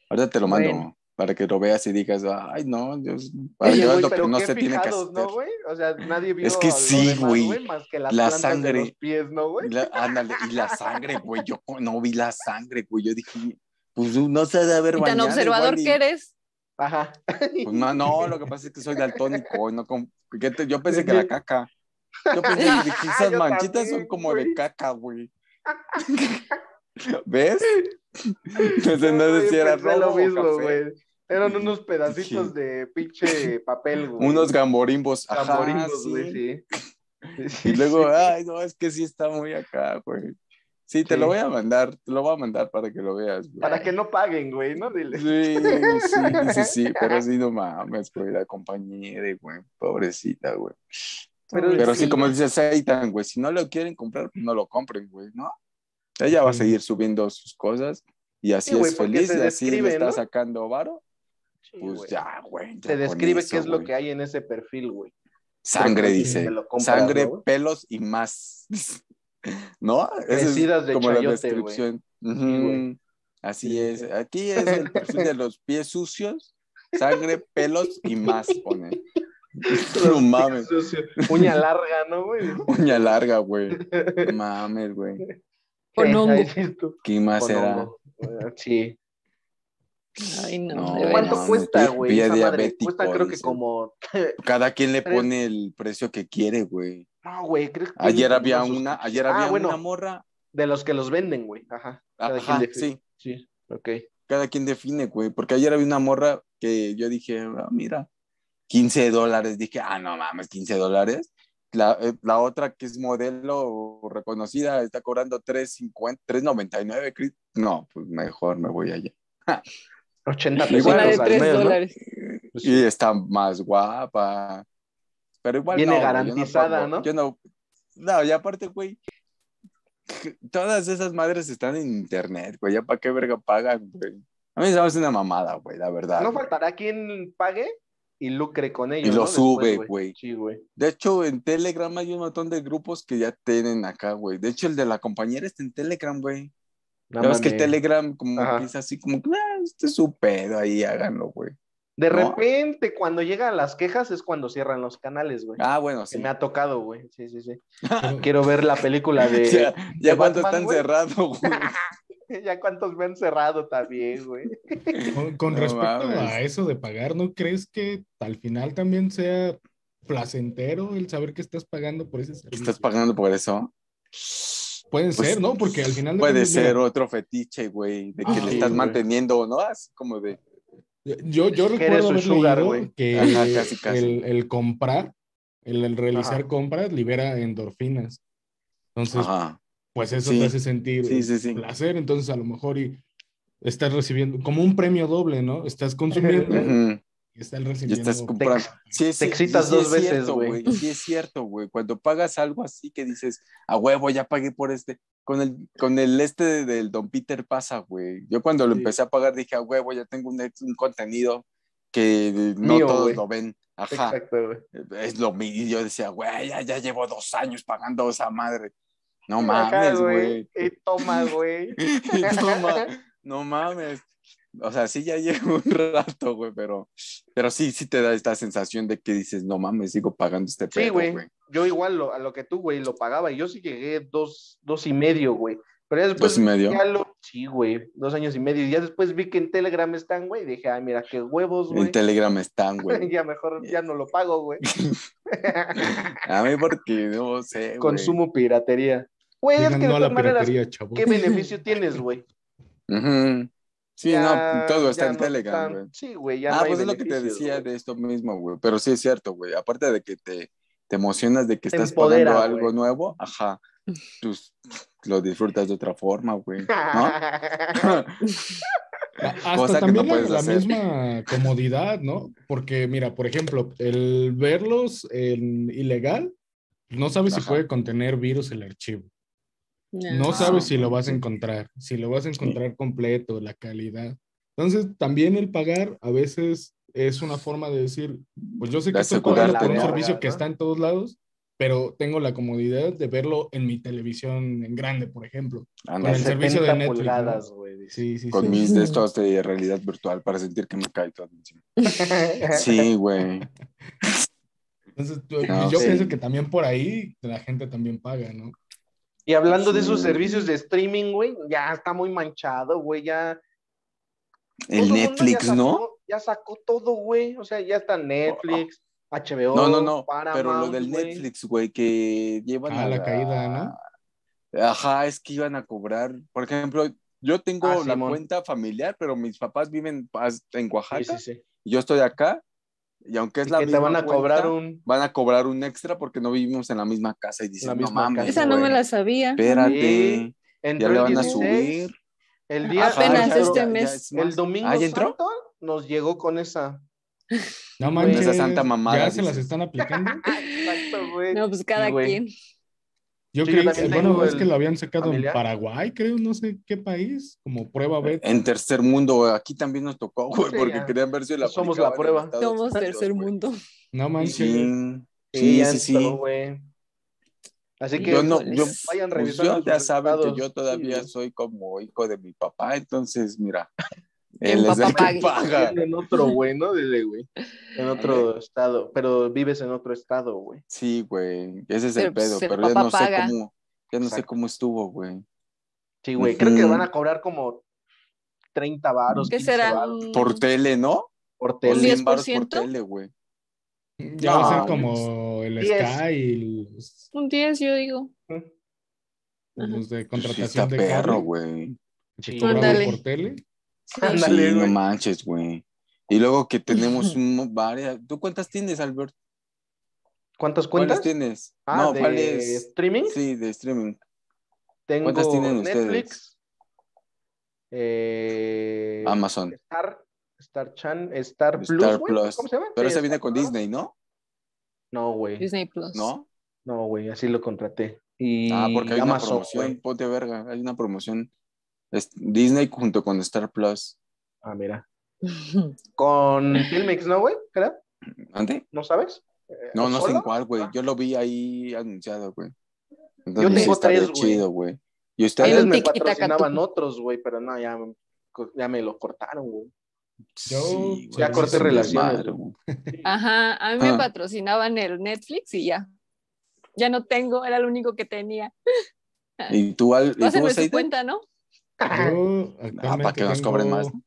Speaker 3: Ahorita te lo mando
Speaker 2: Bueno.
Speaker 3: para que lo veas y digas, ay, no, Dios, para
Speaker 2: Oye,
Speaker 3: que veas
Speaker 2: güey,
Speaker 3: lo que
Speaker 1: pero
Speaker 3: no
Speaker 1: qué
Speaker 3: se tiene que
Speaker 1: fijados,
Speaker 3: hacer.
Speaker 1: ¿no, güey? O sea, nadie vio
Speaker 3: Es que
Speaker 1: lo
Speaker 3: sí,
Speaker 1: demás,
Speaker 3: güey.
Speaker 1: Más que las
Speaker 3: La
Speaker 1: plantas
Speaker 3: sangre.
Speaker 1: de los pies, ¿no, güey?
Speaker 3: Y la- ándale, y la sangre, güey. Yo no vi la sangre, güey. Yo dije, pues no se debe haber
Speaker 2: y
Speaker 3: bañado.
Speaker 2: tan observador
Speaker 3: igual y-
Speaker 2: que eres.
Speaker 1: Ajá.
Speaker 3: Pues, no, no, lo que pasa es que soy daltónico. No, com- ¿qué te- yo pensé que era caca. Yo pensé que dije, esas
Speaker 1: Ah, Yo
Speaker 3: manchitas son
Speaker 1: también,
Speaker 3: como de
Speaker 1: güey.
Speaker 3: caca, güey. ¿Ves? Entonces
Speaker 1: No,
Speaker 3: no
Speaker 1: güey,
Speaker 3: sé si era
Speaker 1: pensé
Speaker 3: rojo
Speaker 1: lo
Speaker 3: o
Speaker 1: mismo,
Speaker 3: café. Mm,
Speaker 1: güey. Eran unos pedacitos de pinche papel, güey.
Speaker 3: Unos gamborimbos. Ajá,
Speaker 1: tamborinos,
Speaker 3: sí.
Speaker 1: güey, sí. Sí, sí,
Speaker 3: Y luego,
Speaker 1: sí.
Speaker 3: ay, no, es que sí está muy acá, güey. Sí, te
Speaker 1: Sí.
Speaker 3: lo voy a mandar, te lo voy a mandar para que lo veas, güey.
Speaker 1: Para que no paguen, güey, ¿no? Dile.
Speaker 3: Sí, sí, sí, sí, pero sí, no mames, güey, la compañía de, güey, pobrecita, güey.
Speaker 1: Pero
Speaker 3: Pero
Speaker 1: sí.
Speaker 3: sí, como dice Seitan, güey, si no lo quieren comprar, pues no lo compren, güey, ¿no? Ella va a
Speaker 4: Sí.
Speaker 3: seguir subiendo sus cosas y así
Speaker 1: Sí, güey,
Speaker 3: es
Speaker 1: porque
Speaker 3: feliz,
Speaker 1: se
Speaker 3: y así le
Speaker 1: describe,
Speaker 3: está
Speaker 1: ¿no?
Speaker 3: sacando varo,
Speaker 1: Sí,
Speaker 3: pues
Speaker 1: güey.
Speaker 3: ya, güey. ya
Speaker 1: Te
Speaker 3: con
Speaker 1: describe
Speaker 3: eso,
Speaker 1: qué es lo
Speaker 3: güey.
Speaker 1: que hay en ese perfil, güey.
Speaker 3: Sangre,
Speaker 1: Sí,
Speaker 3: dice.
Speaker 1: te lo compras,
Speaker 3: Sangre,
Speaker 1: ¿no, güey?
Speaker 3: pelos y más. ¿No? Esa
Speaker 1: Crecidas de
Speaker 3: como la
Speaker 1: chayote,
Speaker 3: descripción. Ujú.
Speaker 1: güey.
Speaker 3: Así
Speaker 1: Sí,
Speaker 3: es.
Speaker 1: sí.
Speaker 3: Aquí es el perfil de los pies sucios, sangre, pelos y más, pone. No mames.
Speaker 1: Sucio. Uña larga, ¿no, güey?
Speaker 3: Uña larga, güey. No Mames, güey.
Speaker 2: Con hongo.
Speaker 1: Ahí sí tú.
Speaker 3: ¿Qué más
Speaker 1: Con
Speaker 3: Ah, será?
Speaker 1: hongo. Eh, Sí.
Speaker 2: Ay, no,
Speaker 3: No,
Speaker 2: de
Speaker 3: güey,
Speaker 2: veras.
Speaker 1: ¿Cuánto
Speaker 3: no,
Speaker 1: cuesta,
Speaker 3: pie-
Speaker 1: güey?
Speaker 3: pie
Speaker 1: esa madre?
Speaker 3: diabético,
Speaker 1: Cuesta creo que
Speaker 3: dice.
Speaker 1: como...
Speaker 3: Cada quien le
Speaker 1: Tres.
Speaker 3: pone el precio que quiere, güey.
Speaker 1: No, güey, creo que...
Speaker 3: Ayer
Speaker 1: tiene
Speaker 3: había
Speaker 1: como sus-
Speaker 3: una, ayer
Speaker 1: Ah,
Speaker 3: había
Speaker 1: bueno.
Speaker 3: una morra
Speaker 1: De los que los venden, güey. Ajá. Cada
Speaker 3: Ajá,
Speaker 1: quien define.
Speaker 3: sí.
Speaker 1: Sí, ok.
Speaker 3: Cada quien define, güey. Porque ayer había una morra que yo dije, "Ah, mira, 15 dólares. Dije, ah, no mames, 15 dólares. La, eh, la otra que es modelo reconocida está cobrando 3.50, 3.99. Cris. No, pues mejor me voy allá.
Speaker 1: 80
Speaker 3: Igual
Speaker 1: pesos
Speaker 2: Una de
Speaker 1: al
Speaker 2: 3
Speaker 1: mes, ¿no?
Speaker 2: dólares.
Speaker 1: Pues
Speaker 3: Y está más guapa. Pero igual.
Speaker 1: Viene
Speaker 3: no, güey, yo
Speaker 1: garantizada,
Speaker 3: pago,
Speaker 1: ¿no?
Speaker 3: Yo no. No, y aparte, güey. Todas esas madres están en internet, güey. ¿Ya para qué verga pagan, güey? A mí se me hace una mamada, güey, la verdad.
Speaker 1: No
Speaker 3: güey.
Speaker 1: faltará quien pague y lucre con ellos.
Speaker 3: Y lo
Speaker 1: ¿no? Después,
Speaker 3: sube, güey.
Speaker 1: Sí, güey.
Speaker 3: De hecho, en Telegram hay un montón de grupos que ya tienen acá, güey. De hecho, el de la compañera está en Telegram, güey.
Speaker 1: No
Speaker 3: ya ves que
Speaker 1: mames.
Speaker 3: Telegram como
Speaker 1: Ajá.
Speaker 3: empieza así como, ah, este es su pedo ahí, háganlo, güey.
Speaker 1: De
Speaker 3: ¿no?
Speaker 1: repente, cuando llegan las quejas, es cuando cierran los canales, güey.
Speaker 3: Ah, bueno,
Speaker 1: Que
Speaker 3: sí.
Speaker 1: me ha tocado, güey. Sí, sí, sí.
Speaker 4: Pero-
Speaker 1: Quiero ver la película de.
Speaker 3: ya ya
Speaker 1: de
Speaker 3: cuando
Speaker 1: Batman,
Speaker 3: están
Speaker 1: güey.
Speaker 3: cerrados, güey.
Speaker 1: ya cuántos me han cerrado también, güey.
Speaker 4: Con, con
Speaker 3: No
Speaker 4: respecto
Speaker 3: mames.
Speaker 4: a eso de pagar, ¿no crees que al final también sea placentero el saber que estás pagando por ese servicio?
Speaker 3: ¿Estás pagando por eso?
Speaker 4: Puede
Speaker 3: pues,
Speaker 4: ser, ¿no? Porque al final... de
Speaker 3: Puede
Speaker 4: cuentas,
Speaker 3: ser
Speaker 4: mira,
Speaker 3: otro fetiche, güey, de que
Speaker 4: Ah,
Speaker 3: le
Speaker 4: sí,
Speaker 3: estás
Speaker 1: güey.
Speaker 3: manteniendo, ¿no? Así como de,
Speaker 4: Yo, yo
Speaker 1: Que eres
Speaker 4: recuerdo
Speaker 1: un
Speaker 4: haber
Speaker 1: sugar,
Speaker 4: leído
Speaker 1: güey.
Speaker 4: que
Speaker 3: Ajá, casi, casi.
Speaker 4: El, el comprar, el, el realizar
Speaker 1: Ajá.
Speaker 4: compras libera endorfinas. Entonces,
Speaker 3: ajá,
Speaker 4: pues eso
Speaker 3: Sí.
Speaker 4: te hace sentir
Speaker 3: Sí, sí, sí.
Speaker 4: placer. Entonces, a lo mejor y estás recibiendo como un premio doble, ¿no? Estás consumiendo
Speaker 3: ujú,
Speaker 4: y estás
Speaker 3: y
Speaker 4: recibiendo.
Speaker 3: estás comprando. Sí, es-
Speaker 1: te excitas
Speaker 3: sí es
Speaker 1: dos veces,
Speaker 3: cierto,
Speaker 1: güey.
Speaker 3: Sí es cierto, güey. Cuando pagas algo así que dices, a huevo, ya pagué por este. Con el, con el este del Don Peter pasa, güey. Yo cuando lo
Speaker 1: Sí.
Speaker 3: empecé a pagar dije, a huevo, ya tengo un, ex- un contenido que no
Speaker 1: Mío,
Speaker 3: todos
Speaker 1: güey.
Speaker 3: lo ven. Ajá.
Speaker 1: Exacto, güey.
Speaker 3: Es lo mismo. Y yo decía, güey, ya, ya llevo dos años pagando esa madre. No
Speaker 1: Ajá,
Speaker 3: mames, güey.
Speaker 1: Y toma, güey.
Speaker 3: no, ma- no mames. O sea, sí ya llevo un rato, güey, pero, pero sí, sí te da esta sensación de que dices, no mames, sigo pagando este pedo,
Speaker 1: güey.
Speaker 3: güey.
Speaker 1: Yo igual lo- a lo que tú, güey, lo pagaba. Y yo sí llegué dos, dos y medio, güey. Pero ya después
Speaker 3: Dos y medio.
Speaker 1: ya lo- Sí, güey, dos años y medio. Y ya después vi que en Telegram están, güey. Y dije, ay, mira, qué huevos, güey.
Speaker 3: En Telegram están, güey.
Speaker 1: ya mejor ya no lo pago, güey.
Speaker 3: A mí porque no sé, güey.
Speaker 1: Consumo piratería. Güey, es que de
Speaker 4: Digan no a la
Speaker 1: todas maneras,
Speaker 4: piratería, chavo.
Speaker 1: ¿qué beneficio tienes, güey?
Speaker 3: Ujú. Sí,
Speaker 1: Ya-
Speaker 3: no, todo está
Speaker 1: ya
Speaker 3: en
Speaker 1: no
Speaker 3: Telegram,
Speaker 1: están-
Speaker 3: güey.
Speaker 1: Sí, güey, ya
Speaker 3: ah,
Speaker 1: no hay
Speaker 3: pues es lo que te
Speaker 1: beneficios,
Speaker 3: decía
Speaker 1: güey.
Speaker 3: de esto mismo, güey. Pero sí es cierto, güey. Aparte de que te, te emocionas de que
Speaker 1: Te
Speaker 3: estás
Speaker 1: empodera,
Speaker 3: pagando algo
Speaker 1: güey.
Speaker 3: nuevo, ajá. Tú lo disfrutas de otra forma, güey. ¿No?
Speaker 4: Hasta
Speaker 3: cosa que
Speaker 4: también
Speaker 3: no
Speaker 4: la,
Speaker 3: puedes
Speaker 4: la
Speaker 3: hacer.
Speaker 4: misma comodidad, ¿no? Porque, mira, por ejemplo, el verlos en ilegal, no sabes si
Speaker 3: Ajá.
Speaker 4: puede contener virus el archivo. No
Speaker 2: No.
Speaker 4: sabes si lo vas a encontrar, si lo vas a encontrar completo, la calidad. Entonces, también el pagar a veces es una forma de decir, pues yo sé que
Speaker 3: De
Speaker 4: estoy pagando
Speaker 3: asegurarte,
Speaker 4: por un
Speaker 3: ¿no?
Speaker 4: servicio que
Speaker 1: ¿no?
Speaker 4: está en todos lados, pero tengo la comodidad de verlo en mi televisión en grande, por ejemplo.
Speaker 3: Ándale.
Speaker 4: Con el servicio de
Speaker 1: 70
Speaker 4: Netflix, ¿no?
Speaker 1: pulgadas, güey. dice.
Speaker 4: Sí, sí,
Speaker 3: Con
Speaker 4: sí.
Speaker 3: mis de estos de realidad virtual para sentir que me cae todo encima. Sí, güey.
Speaker 1: Pues
Speaker 4: Entonces, tú-
Speaker 3: No,
Speaker 4: yo
Speaker 3: sí.
Speaker 4: pienso que también por ahí la gente también paga, ¿no?
Speaker 1: Y hablando de esos
Speaker 3: Sí.
Speaker 1: servicios de streaming, güey, ya está muy manchado, güey, ya. todo
Speaker 3: El
Speaker 1: mundo ya
Speaker 3: Netflix, ¿no?
Speaker 1: sacó- Ya sacó todo, güey. O sea, ya está Netflix, HBO,
Speaker 3: No, no, no. Pero lo
Speaker 1: Paramount,
Speaker 3: del
Speaker 1: güey.
Speaker 3: Netflix, güey, que llevan
Speaker 4: Ah,
Speaker 3: a
Speaker 4: la caída, ¿no?
Speaker 3: Ajá, es que iban a cobrar. Por ejemplo, yo tengo
Speaker 1: Ah,
Speaker 3: la
Speaker 1: Simón.
Speaker 3: cuenta familiar, pero mis papás viven pas- en Oaxaca
Speaker 1: Sí, sí, sí.
Speaker 3: y yo estoy acá. Y aunque es
Speaker 1: Y
Speaker 3: la
Speaker 1: que te
Speaker 3: misma
Speaker 1: van a
Speaker 3: cuenta,
Speaker 1: cobrar un.
Speaker 3: van a cobrar un extra porque no vivimos en la misma casa y dicen,
Speaker 1: La
Speaker 3: no
Speaker 1: misma
Speaker 3: mames,
Speaker 1: casa.
Speaker 2: Esa no
Speaker 3: güey,
Speaker 2: me la sabía.
Speaker 3: Espérate,
Speaker 1: Sí,
Speaker 3: ya
Speaker 1: entró
Speaker 3: le
Speaker 1: el
Speaker 3: van a
Speaker 1: 16,
Speaker 3: subir.
Speaker 1: El día
Speaker 2: Apenas
Speaker 1: ya entró-
Speaker 2: este
Speaker 3: ya- ya
Speaker 2: mes.
Speaker 3: es más.
Speaker 1: El domingo
Speaker 3: Ah, ¿ya entró?
Speaker 1: santo nos llegó con esa.
Speaker 4: No
Speaker 1: Güey.
Speaker 4: manches,
Speaker 3: Esa santa mamada,
Speaker 4: ya se las
Speaker 3: dices.
Speaker 4: están aplicando.
Speaker 3: Ah,
Speaker 1: Exacto, güey.
Speaker 2: No, pues cada
Speaker 1: Sí, güey.
Speaker 2: quien.
Speaker 4: Yo
Speaker 1: Sí, yo
Speaker 4: creí,
Speaker 1: también
Speaker 4: bueno,
Speaker 1: tengo
Speaker 4: es
Speaker 1: el
Speaker 4: que lo habían sacado
Speaker 1: familiar.
Speaker 4: en Paraguay, creo, no sé qué país, como
Speaker 3: Eh,
Speaker 4: prueba beta.
Speaker 3: En tercer mundo, güey, aquí también nos tocó, güey,
Speaker 1: Sí,
Speaker 3: porque
Speaker 1: ya. Pues
Speaker 3: querían ver si la
Speaker 1: Somos la
Speaker 3: aplicaban en
Speaker 1: prueba.
Speaker 3: Estados
Speaker 2: Somos
Speaker 3: Unidos,
Speaker 2: tercer
Speaker 3: güey.
Speaker 2: mundo.
Speaker 4: No manches.
Speaker 3: Sí,
Speaker 1: Sí,
Speaker 3: sí,
Speaker 1: ya
Speaker 3: sí. sí.
Speaker 1: entró, güey. Así que
Speaker 3: Yo no,
Speaker 2: Híjoles.
Speaker 3: yo,
Speaker 1: vayan
Speaker 3: pues
Speaker 1: revisando
Speaker 3: yo
Speaker 1: sus
Speaker 3: ya saben que
Speaker 1: resultados.
Speaker 3: yo todavía
Speaker 1: Sí,
Speaker 3: soy como hijo de mi papá, entonces mira,
Speaker 2: Que
Speaker 3: él
Speaker 2: mi
Speaker 3: es el
Speaker 2: papá pague.
Speaker 3: que paga.
Speaker 1: en otro, güey, ¿no? Dile, güey. En otro estado, pero vives en otro estado, güey.
Speaker 3: Sí, güey, ese es
Speaker 2: Pero,
Speaker 3: el
Speaker 2: pues,
Speaker 3: pedo,
Speaker 2: el
Speaker 3: pero ya
Speaker 2: papá
Speaker 3: no sé
Speaker 2: paga.
Speaker 3: cómo, ya no sé
Speaker 1: Exacto.
Speaker 3: cómo estuvo, güey.
Speaker 1: Sí, güey. Creo que
Speaker 3: Ujú.
Speaker 1: van a cobrar como 30 varos,
Speaker 2: ¿Qué
Speaker 1: 15
Speaker 2: será?
Speaker 1: varos
Speaker 3: Por tele, ¿no?
Speaker 1: por
Speaker 3: O
Speaker 2: ¿Un
Speaker 1: tele.
Speaker 2: 10%?
Speaker 3: 100 baros por tele, güey.
Speaker 4: Ya va a
Speaker 3: No, pues,
Speaker 4: ser como el
Speaker 1: diez.
Speaker 4: Sky y los-
Speaker 2: Un 10, yo digo.
Speaker 4: los de
Speaker 3: Pues Sí
Speaker 4: contratación
Speaker 3: está
Speaker 4: de
Speaker 3: perro,
Speaker 4: cable,
Speaker 3: güey.
Speaker 4: que
Speaker 1: Sí.
Speaker 4: cobraba
Speaker 2: Ándale.
Speaker 4: por tele.
Speaker 3: Sí,
Speaker 1: Ándale,
Speaker 3: no
Speaker 1: güey.
Speaker 3: manches, güey. Y luego que tenemos un- varias. ¿Tú cuántas tienes, Albert?
Speaker 1: ¿Cuántas
Speaker 3: ¿Cuántas
Speaker 1: cuentas?
Speaker 3: tienes?
Speaker 1: Ah,
Speaker 3: no,
Speaker 1: de
Speaker 3: ¿cuáles?
Speaker 1: streaming.
Speaker 3: Sí, de streaming.
Speaker 1: Tengo
Speaker 3: ¿Cuántas tienen ustedes? Ah,
Speaker 1: Netflix. Eh,
Speaker 3: Amazon.
Speaker 1: Star, Star Chan, Star Plus,
Speaker 3: Star
Speaker 1: güey,
Speaker 3: Plus.
Speaker 1: ¿Cómo se llama?
Speaker 3: Pero
Speaker 1: Sí,
Speaker 3: esa viene
Speaker 1: Star
Speaker 3: con
Speaker 1: Plus.
Speaker 3: Disney, ¿no?
Speaker 1: No, güey.
Speaker 2: Disney Plus.
Speaker 3: ¿No?
Speaker 1: No, güey, así lo contraté. Y
Speaker 3: Ah, porque hay una
Speaker 1: Amazon,
Speaker 3: promoción,
Speaker 1: güey.
Speaker 3: ponte verga, hay una promoción. Es- Disney junto con Star Plus.
Speaker 1: Ah, mira. Con Filmix, ¿no, güey? Creo.
Speaker 3: ¿Ande?
Speaker 1: ¿No sabes? Eh,
Speaker 3: No, no sé
Speaker 1: ¿solo? Ah.
Speaker 3: en cuál, güey. Yo lo vi ahí anunciado, güey.
Speaker 1: Yo
Speaker 3: Entonces sí
Speaker 1: tengo
Speaker 3: estaría
Speaker 1: tres, güey.
Speaker 3: chido, güey. Y
Speaker 1: Antes
Speaker 3: ustedes,
Speaker 2: un
Speaker 1: me
Speaker 2: tiquitaca,
Speaker 1: patrocinaban
Speaker 2: tú.
Speaker 1: otros, güey, pero no, ya, ya me lo cortaron, güey.
Speaker 4: Yo-
Speaker 3: Sí,
Speaker 4: Ya
Speaker 3: güey,
Speaker 4: corté
Speaker 3: es un
Speaker 1: relaciones,
Speaker 3: desmadre, güey.
Speaker 2: Ajá, a mí me
Speaker 3: Ah.
Speaker 2: patrocinaban el Netflix y ya. Ya no tengo, era lo único que tenía.
Speaker 3: Y tú, al, y tú
Speaker 2: Pásenme su
Speaker 3: Zaida?
Speaker 2: cuenta, ¿no?
Speaker 4: Yo
Speaker 3: Ah, para que nos cobren más. ¿no?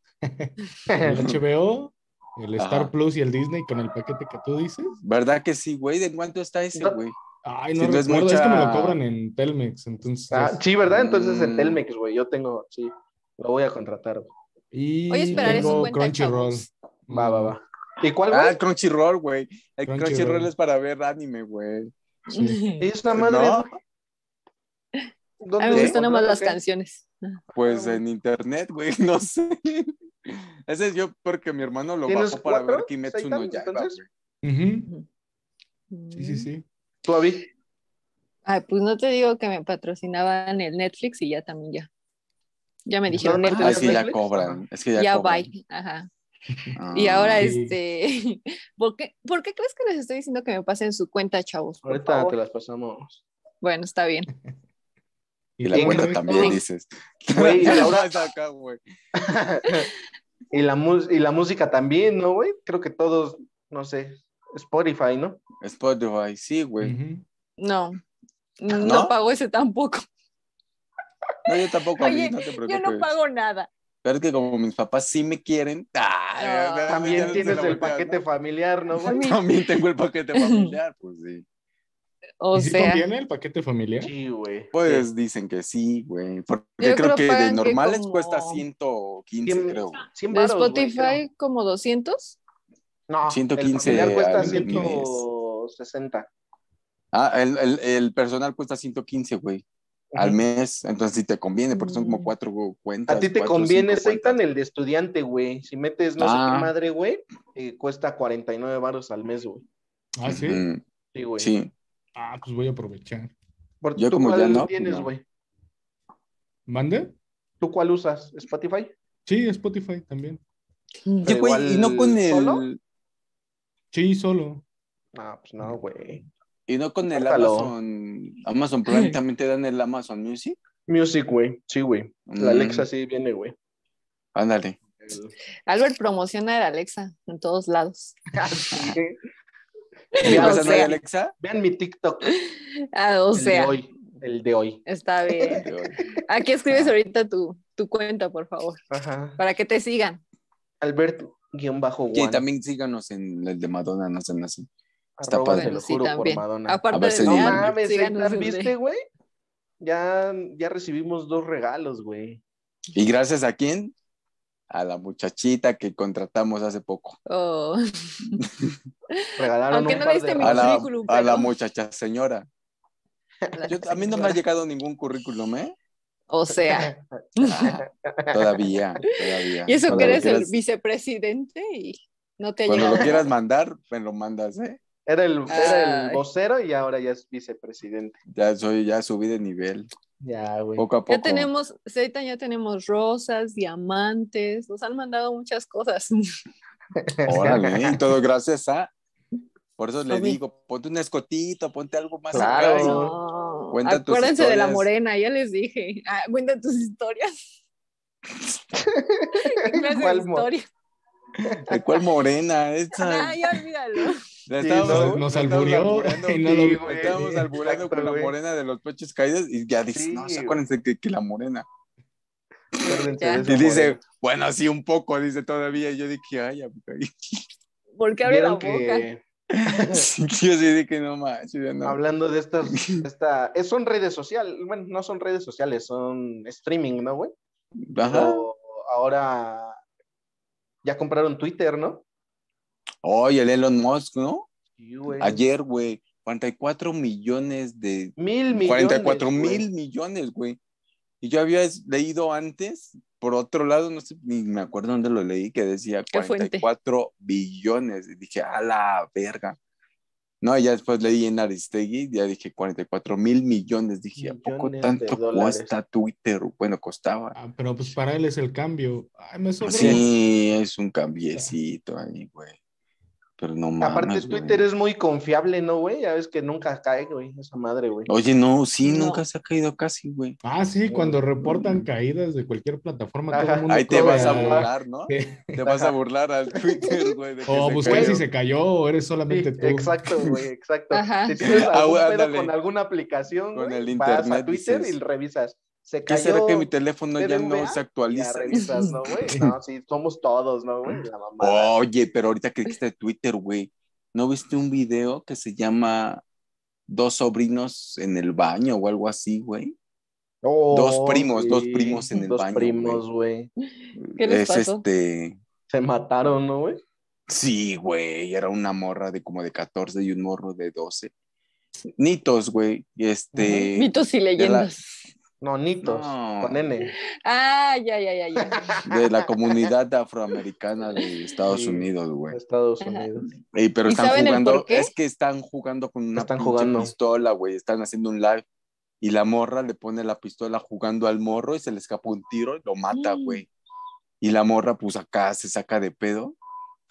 Speaker 4: El HBO, el
Speaker 3: Ajá.
Speaker 4: Star Plus y el Disney con el paquete que tú dices.
Speaker 3: ¿Verdad que sí, güey? ¿De cuánto está ese,
Speaker 1: No.
Speaker 3: güey?
Speaker 4: Ay,
Speaker 3: Sí,
Speaker 4: no
Speaker 3: no es
Speaker 4: recuerdo, es que me lo
Speaker 3: mucha-
Speaker 4: cobran en Telmex, entonces.
Speaker 1: Ah, sí, ¿verdad? Entonces en
Speaker 3: Mm.
Speaker 1: Telmex, güey, yo tengo, sí, lo voy a contratar. güey.
Speaker 4: Y
Speaker 2: Oye, esperaré su
Speaker 4: tengo
Speaker 2: cuenta,
Speaker 4: Crunchyroll.
Speaker 2: chavos.
Speaker 1: Va, va, va. ¿Y cuál, güey?
Speaker 3: Ah, Crunchyroll, güey. El
Speaker 4: Crunchyroll.
Speaker 3: Crunchyroll. es para ver anime, güey.
Speaker 4: Sí.
Speaker 1: Esa madre.
Speaker 3: ¿No?
Speaker 1: ¿dónde
Speaker 2: A mí me
Speaker 1: lo
Speaker 2: gustan nomás las
Speaker 1: contraté?
Speaker 2: canciones.
Speaker 3: Pues en internet, güey, no sé. Ese es yo porque mi hermano lo
Speaker 1: ¿Tienes
Speaker 3: bajó para
Speaker 1: cuatro,
Speaker 3: ver Kimetsu
Speaker 1: Saitan,
Speaker 3: no Yaiba,
Speaker 1: entonces?
Speaker 3: güey.
Speaker 4: Ujú, Sí, sí, sí.
Speaker 1: Tú, Avi.
Speaker 2: Ay, pues no te digo que me patrocinaban el Netflix y ya también ya. Ya me
Speaker 4: No,
Speaker 2: dijeron,
Speaker 1: no,
Speaker 2: "Neta,
Speaker 1: ¿Pero
Speaker 3: Ah,
Speaker 1: es
Speaker 3: sí, ya
Speaker 1: Netflix?
Speaker 3: cobran. Es que ya,
Speaker 2: ya
Speaker 3: cobran.
Speaker 2: bye. Ajá.
Speaker 3: Ah,
Speaker 2: Y ahora
Speaker 4: sí.
Speaker 2: este, ¿por qué, ¿por qué crees que les estoy diciendo que me pasen su cuenta, chavos? Por
Speaker 1: Ahorita
Speaker 2: favor.
Speaker 1: te las pasamos.
Speaker 2: Bueno, está bien.
Speaker 3: Y la cuenta
Speaker 1: Netflix.
Speaker 3: también, dices.
Speaker 1: Güey, y
Speaker 3: Ya
Speaker 1: ahora-
Speaker 3: vas acá, güey.
Speaker 1: y, la mus- y la música también, ¿no, güey? Creo que todos, no sé, Spotify, ¿no?
Speaker 3: Spotify, sí, güey.
Speaker 4: Ujú.
Speaker 2: No, no,
Speaker 3: ¿No?
Speaker 2: pago ese tampoco.
Speaker 3: No, yo tampoco,
Speaker 2: Oye,
Speaker 3: Avi, no te preocupes.
Speaker 2: Yo no pago nada.
Speaker 3: Pero es que como mis papás sí me quieren. ah,
Speaker 2: No.
Speaker 3: ya se
Speaker 1: También
Speaker 3: la
Speaker 1: tienes el
Speaker 3: voltean,
Speaker 1: paquete
Speaker 3: ¿no?
Speaker 1: familiar, ¿no, güey?
Speaker 3: También tengo el paquete familiar, pues sí.
Speaker 2: O
Speaker 4: ¿Y si
Speaker 2: sea,
Speaker 4: conviene el paquete familiar?
Speaker 1: Sí, güey.
Speaker 3: Pues dicen que sí, güey. Porque
Speaker 2: Yo
Speaker 3: creo,
Speaker 2: creo
Speaker 3: que de
Speaker 2: pagan que
Speaker 3: normales
Speaker 2: como-
Speaker 3: cuesta 115,
Speaker 1: Cien-
Speaker 3: creo. güey.
Speaker 1: 100
Speaker 2: de
Speaker 1: varos, güey,
Speaker 2: Spotify
Speaker 1: creo.
Speaker 2: como 200.
Speaker 1: No,
Speaker 3: 115
Speaker 1: el familiar cuesta
Speaker 3: al mes.
Speaker 1: 160.
Speaker 3: Ah, el, el- el personal cuesta 115, güey, al
Speaker 1: Ujú.
Speaker 3: mes. Entonces sí te conviene, porque son como
Speaker 2: Mm.
Speaker 3: cuatro güey, cuentas.
Speaker 1: A ti te
Speaker 3: cuatro,
Speaker 1: conviene,
Speaker 3: cinco cuentas.
Speaker 1: Seitan, el de estudiante, güey. Si metes no sé
Speaker 3: Ah.
Speaker 1: qué madre, güey, eh, cuesta 49 varos al mes, güey.
Speaker 4: Ah, sí.
Speaker 3: Ujú,
Speaker 1: Sí, güey.
Speaker 3: Mm, Sí.
Speaker 4: Ah, pues voy a aprovechar.
Speaker 1: Por-
Speaker 3: Yo
Speaker 1: ¿Tú
Speaker 3: como ya
Speaker 1: cuál
Speaker 3: no,
Speaker 1: tienes,
Speaker 3: no.
Speaker 1: güey?
Speaker 4: ¿Mande?
Speaker 1: ¿Tú cuál usas? ¿Spotify?
Speaker 4: Sí, Spotify también.
Speaker 3: Sí, güey,
Speaker 1: igual
Speaker 3: y no con el.
Speaker 1: solo.
Speaker 4: Sí, solo.
Speaker 1: No, pues no, güey.
Speaker 3: Y no con el
Speaker 1: Córtalo.
Speaker 3: Amazon. Amazon Prime también te dan el Amazon Music.
Speaker 1: Music, güey. Sí, güey. La
Speaker 3: Mm,
Speaker 1: Alexa sí viene, güey.
Speaker 3: Ándale.
Speaker 2: Albert promociona el Alexa en todos lados.
Speaker 3: ¿Y
Speaker 2: Ya,
Speaker 3: vas
Speaker 2: o
Speaker 3: a no hay
Speaker 2: sea.
Speaker 3: Alexa?
Speaker 1: Vean mi TikTok.
Speaker 2: Ah, o
Speaker 1: el de
Speaker 2: sea,
Speaker 1: hoy. El de hoy.
Speaker 2: está bien. Aquí escribes ahorita tu, tu cuenta, por favor,
Speaker 1: Ajá.
Speaker 2: para que te sigan.
Speaker 1: Albert guión bajo
Speaker 3: Que
Speaker 1: one.
Speaker 3: también síganos en el de Madonna, no se me hace. está
Speaker 1: Arroba,
Speaker 3: padre.
Speaker 1: Te lo
Speaker 2: Bueno, sí,
Speaker 1: juro por
Speaker 2: también.
Speaker 1: Madonna.
Speaker 3: A
Speaker 2: Aparte
Speaker 3: ver,
Speaker 2: de
Speaker 3: sí.
Speaker 1: No
Speaker 3: Señal.
Speaker 1: mames,
Speaker 2: síganos
Speaker 1: Seitan,
Speaker 2: en
Speaker 1: ¿viste,
Speaker 2: el-
Speaker 1: güey? Ya, ya recibimos dos regalos, güey.
Speaker 3: ¿Y gracias a quién? A la muchachita que contratamos hace poco.
Speaker 2: Oh.
Speaker 1: Regalaron
Speaker 2: Aunque
Speaker 1: un
Speaker 2: no
Speaker 1: par
Speaker 2: viste
Speaker 1: de
Speaker 2: mi
Speaker 3: A la,
Speaker 2: currículum,
Speaker 3: a la
Speaker 2: pero-
Speaker 3: muchacha señora. Yo- a mí no me ha llegado ningún currículum, ¿eh?
Speaker 2: O sea,
Speaker 3: Ah, todavía, todavía.
Speaker 2: y eso
Speaker 3: Cuando
Speaker 2: que
Speaker 3: lo
Speaker 2: eres el
Speaker 3: quieras-
Speaker 2: vicepresidente y no te ha
Speaker 3: Cuando
Speaker 2: llegado.
Speaker 3: lo quieras mandar, me lo mandas, ¿eh?
Speaker 1: Era el, era el
Speaker 2: Ay.
Speaker 1: vocero y ahora ya es vicepresidente.
Speaker 3: Ya soy, ya subí de nivel,
Speaker 1: Ya, güey.
Speaker 3: poco a poco.
Speaker 2: Ya tenemos, Seitan, ya tenemos rosas, diamantes, nos han mandado muchas cosas.
Speaker 3: Órale, ¿eh? y todo gracias a... Por eso le
Speaker 2: Sobi.
Speaker 3: digo, ponte un escotito, ponte algo más
Speaker 1: Claro.
Speaker 3: acá,
Speaker 1: No.
Speaker 3: Cuenta tus
Speaker 2: Acuérdense de la
Speaker 3: historias.
Speaker 2: morena, ya les dije. Ah, cuenta tus historias. ¿Qué clase de
Speaker 1: ¿Cuál mo-
Speaker 2: historia?
Speaker 3: ¿De cuál morena? Esa-
Speaker 2: Ah, ya olvídalo.
Speaker 3: la
Speaker 1: Sí,
Speaker 3: estábamos-
Speaker 1: no,
Speaker 3: la
Speaker 4: nos
Speaker 3: estábamos
Speaker 4: albureó
Speaker 3: albureando,
Speaker 4: y no lo
Speaker 3: sí,
Speaker 4: vimos.
Speaker 3: güey, Estábamos albureando
Speaker 1: Exacto,
Speaker 3: con la
Speaker 1: güey.
Speaker 3: morena de los pechos caídos y ya dice,
Speaker 1: Sí,
Speaker 3: no, sí, acuérdense que, que la morena.
Speaker 1: Acuérdense
Speaker 2: Ya.
Speaker 1: de
Speaker 3: Y
Speaker 1: esa
Speaker 3: dice,
Speaker 1: morena.
Speaker 3: bueno, sí, un poco, dice todavía. Y yo dije, ay, amiga, y-
Speaker 2: ¿Por qué abre la
Speaker 1: Vieron
Speaker 2: boca?
Speaker 1: que
Speaker 3: Sí, yo sí dije, no manches, ya no.
Speaker 1: Hablando de estas, esta, es- son redes sociales, bueno, no son redes sociales, son streaming, ¿no, güey?
Speaker 3: Ajá.
Speaker 1: Pero ahora ya compraron Twitter, ¿no?
Speaker 3: Oye, el Elon Musk, ¿no?
Speaker 1: Sí, güey.
Speaker 3: Ayer, güey, 44 millones de...
Speaker 1: Mil millones.
Speaker 3: 44
Speaker 1: güey.
Speaker 3: mil millones, güey. Y yo había es- leído antes, por otro lado, no sé, ni me acuerdo dónde lo leí, que decía
Speaker 2: ¿Qué fuente?
Speaker 3: 44 billones. Y dije, a la verga. No, y ya después leí en Aristegui, ya dije 44 mil millones. Dije, ¿a poco
Speaker 1: Millones de
Speaker 3: tanto
Speaker 1: dólares.
Speaker 3: cuesta Twitter? Bueno, costaba.
Speaker 4: Ah, pero pues para él es el cambio. Ay, me sobró.
Speaker 3: Sí, es un cambiecito ahí, güey. Pero no mames.
Speaker 1: Aparte,
Speaker 3: güey.
Speaker 1: Twitter es muy confiable, ¿no, güey? Ya ves que nunca cae, güey, esa madre, güey.
Speaker 3: Oye, no, sí,
Speaker 2: No.
Speaker 3: nunca se ha caído casi, güey.
Speaker 4: Ah, sí, cuando reportan caídas de cualquier plataforma, todo
Speaker 1: Ajá.
Speaker 4: el mundo
Speaker 3: Ahí te
Speaker 4: corre
Speaker 3: vas a
Speaker 4: a-
Speaker 3: burlar, ¿no?
Speaker 4: Eh,
Speaker 3: Te vas a burlar al Twitter, güey. de que
Speaker 4: O
Speaker 3: se
Speaker 4: buscar
Speaker 3: cayó.
Speaker 4: si se cayó o eres
Speaker 1: Sí,
Speaker 4: solamente tú.
Speaker 1: exacto, güey, exacto.
Speaker 2: Ajá.
Speaker 1: Si tienes
Speaker 3: Ah,
Speaker 1: algún
Speaker 3: güey,
Speaker 1: pedo
Speaker 3: ándale.
Speaker 1: con alguna aplicación,
Speaker 3: Con
Speaker 1: güey,
Speaker 3: el
Speaker 1: vas
Speaker 3: internet
Speaker 1: a Twitter
Speaker 3: dices,
Speaker 1: y revisas. Se
Speaker 3: ¿Qué
Speaker 1: cayó.
Speaker 3: será que mi teléfono ya no
Speaker 1: BBVA?
Speaker 3: se
Speaker 1: Ya
Speaker 3: actualiza?
Speaker 1: revisas, ¿no, güey? No, sí, somos todos, ¿no, güey? La mamada.
Speaker 3: Oye, pero ahorita que dijiste Twitter, güey, ¿no viste un video que se llama Dos sobrinos en el baño o algo así, güey?
Speaker 1: Oh,
Speaker 3: dos primos,
Speaker 1: sí.
Speaker 3: dos primos en el
Speaker 1: dos
Speaker 3: baño,
Speaker 1: primos, güey.
Speaker 2: ¿Qué les
Speaker 3: es
Speaker 2: pasó?
Speaker 3: este.
Speaker 1: Se mataron, ¿no, güey?
Speaker 3: Sí, güey, era una morra de como de 14 y un morro de 12. Nitos, güey, y este.
Speaker 2: Mitos y leyendas.
Speaker 1: No, nitos,
Speaker 3: No.
Speaker 1: con N.
Speaker 2: Ah, ya, ya, ya, ya.
Speaker 3: De la comunidad afroamericana de Estados
Speaker 1: Sí.
Speaker 3: Unidos, güey.
Speaker 1: Estados
Speaker 2: Ajá.
Speaker 1: Unidos.
Speaker 3: Ey, pero
Speaker 2: ¿Y
Speaker 3: están
Speaker 2: saben el
Speaker 3: jugando,
Speaker 2: por qué?
Speaker 3: es que están jugando con una
Speaker 1: Están
Speaker 3: pinche
Speaker 1: jugando.
Speaker 3: pistola, güey. Están haciendo un live y la morra le pone la pistola jugando al morro y se le escapa un tiro y lo mata,
Speaker 2: Mm.
Speaker 3: güey. Y la morra, pues acá se saca de pedo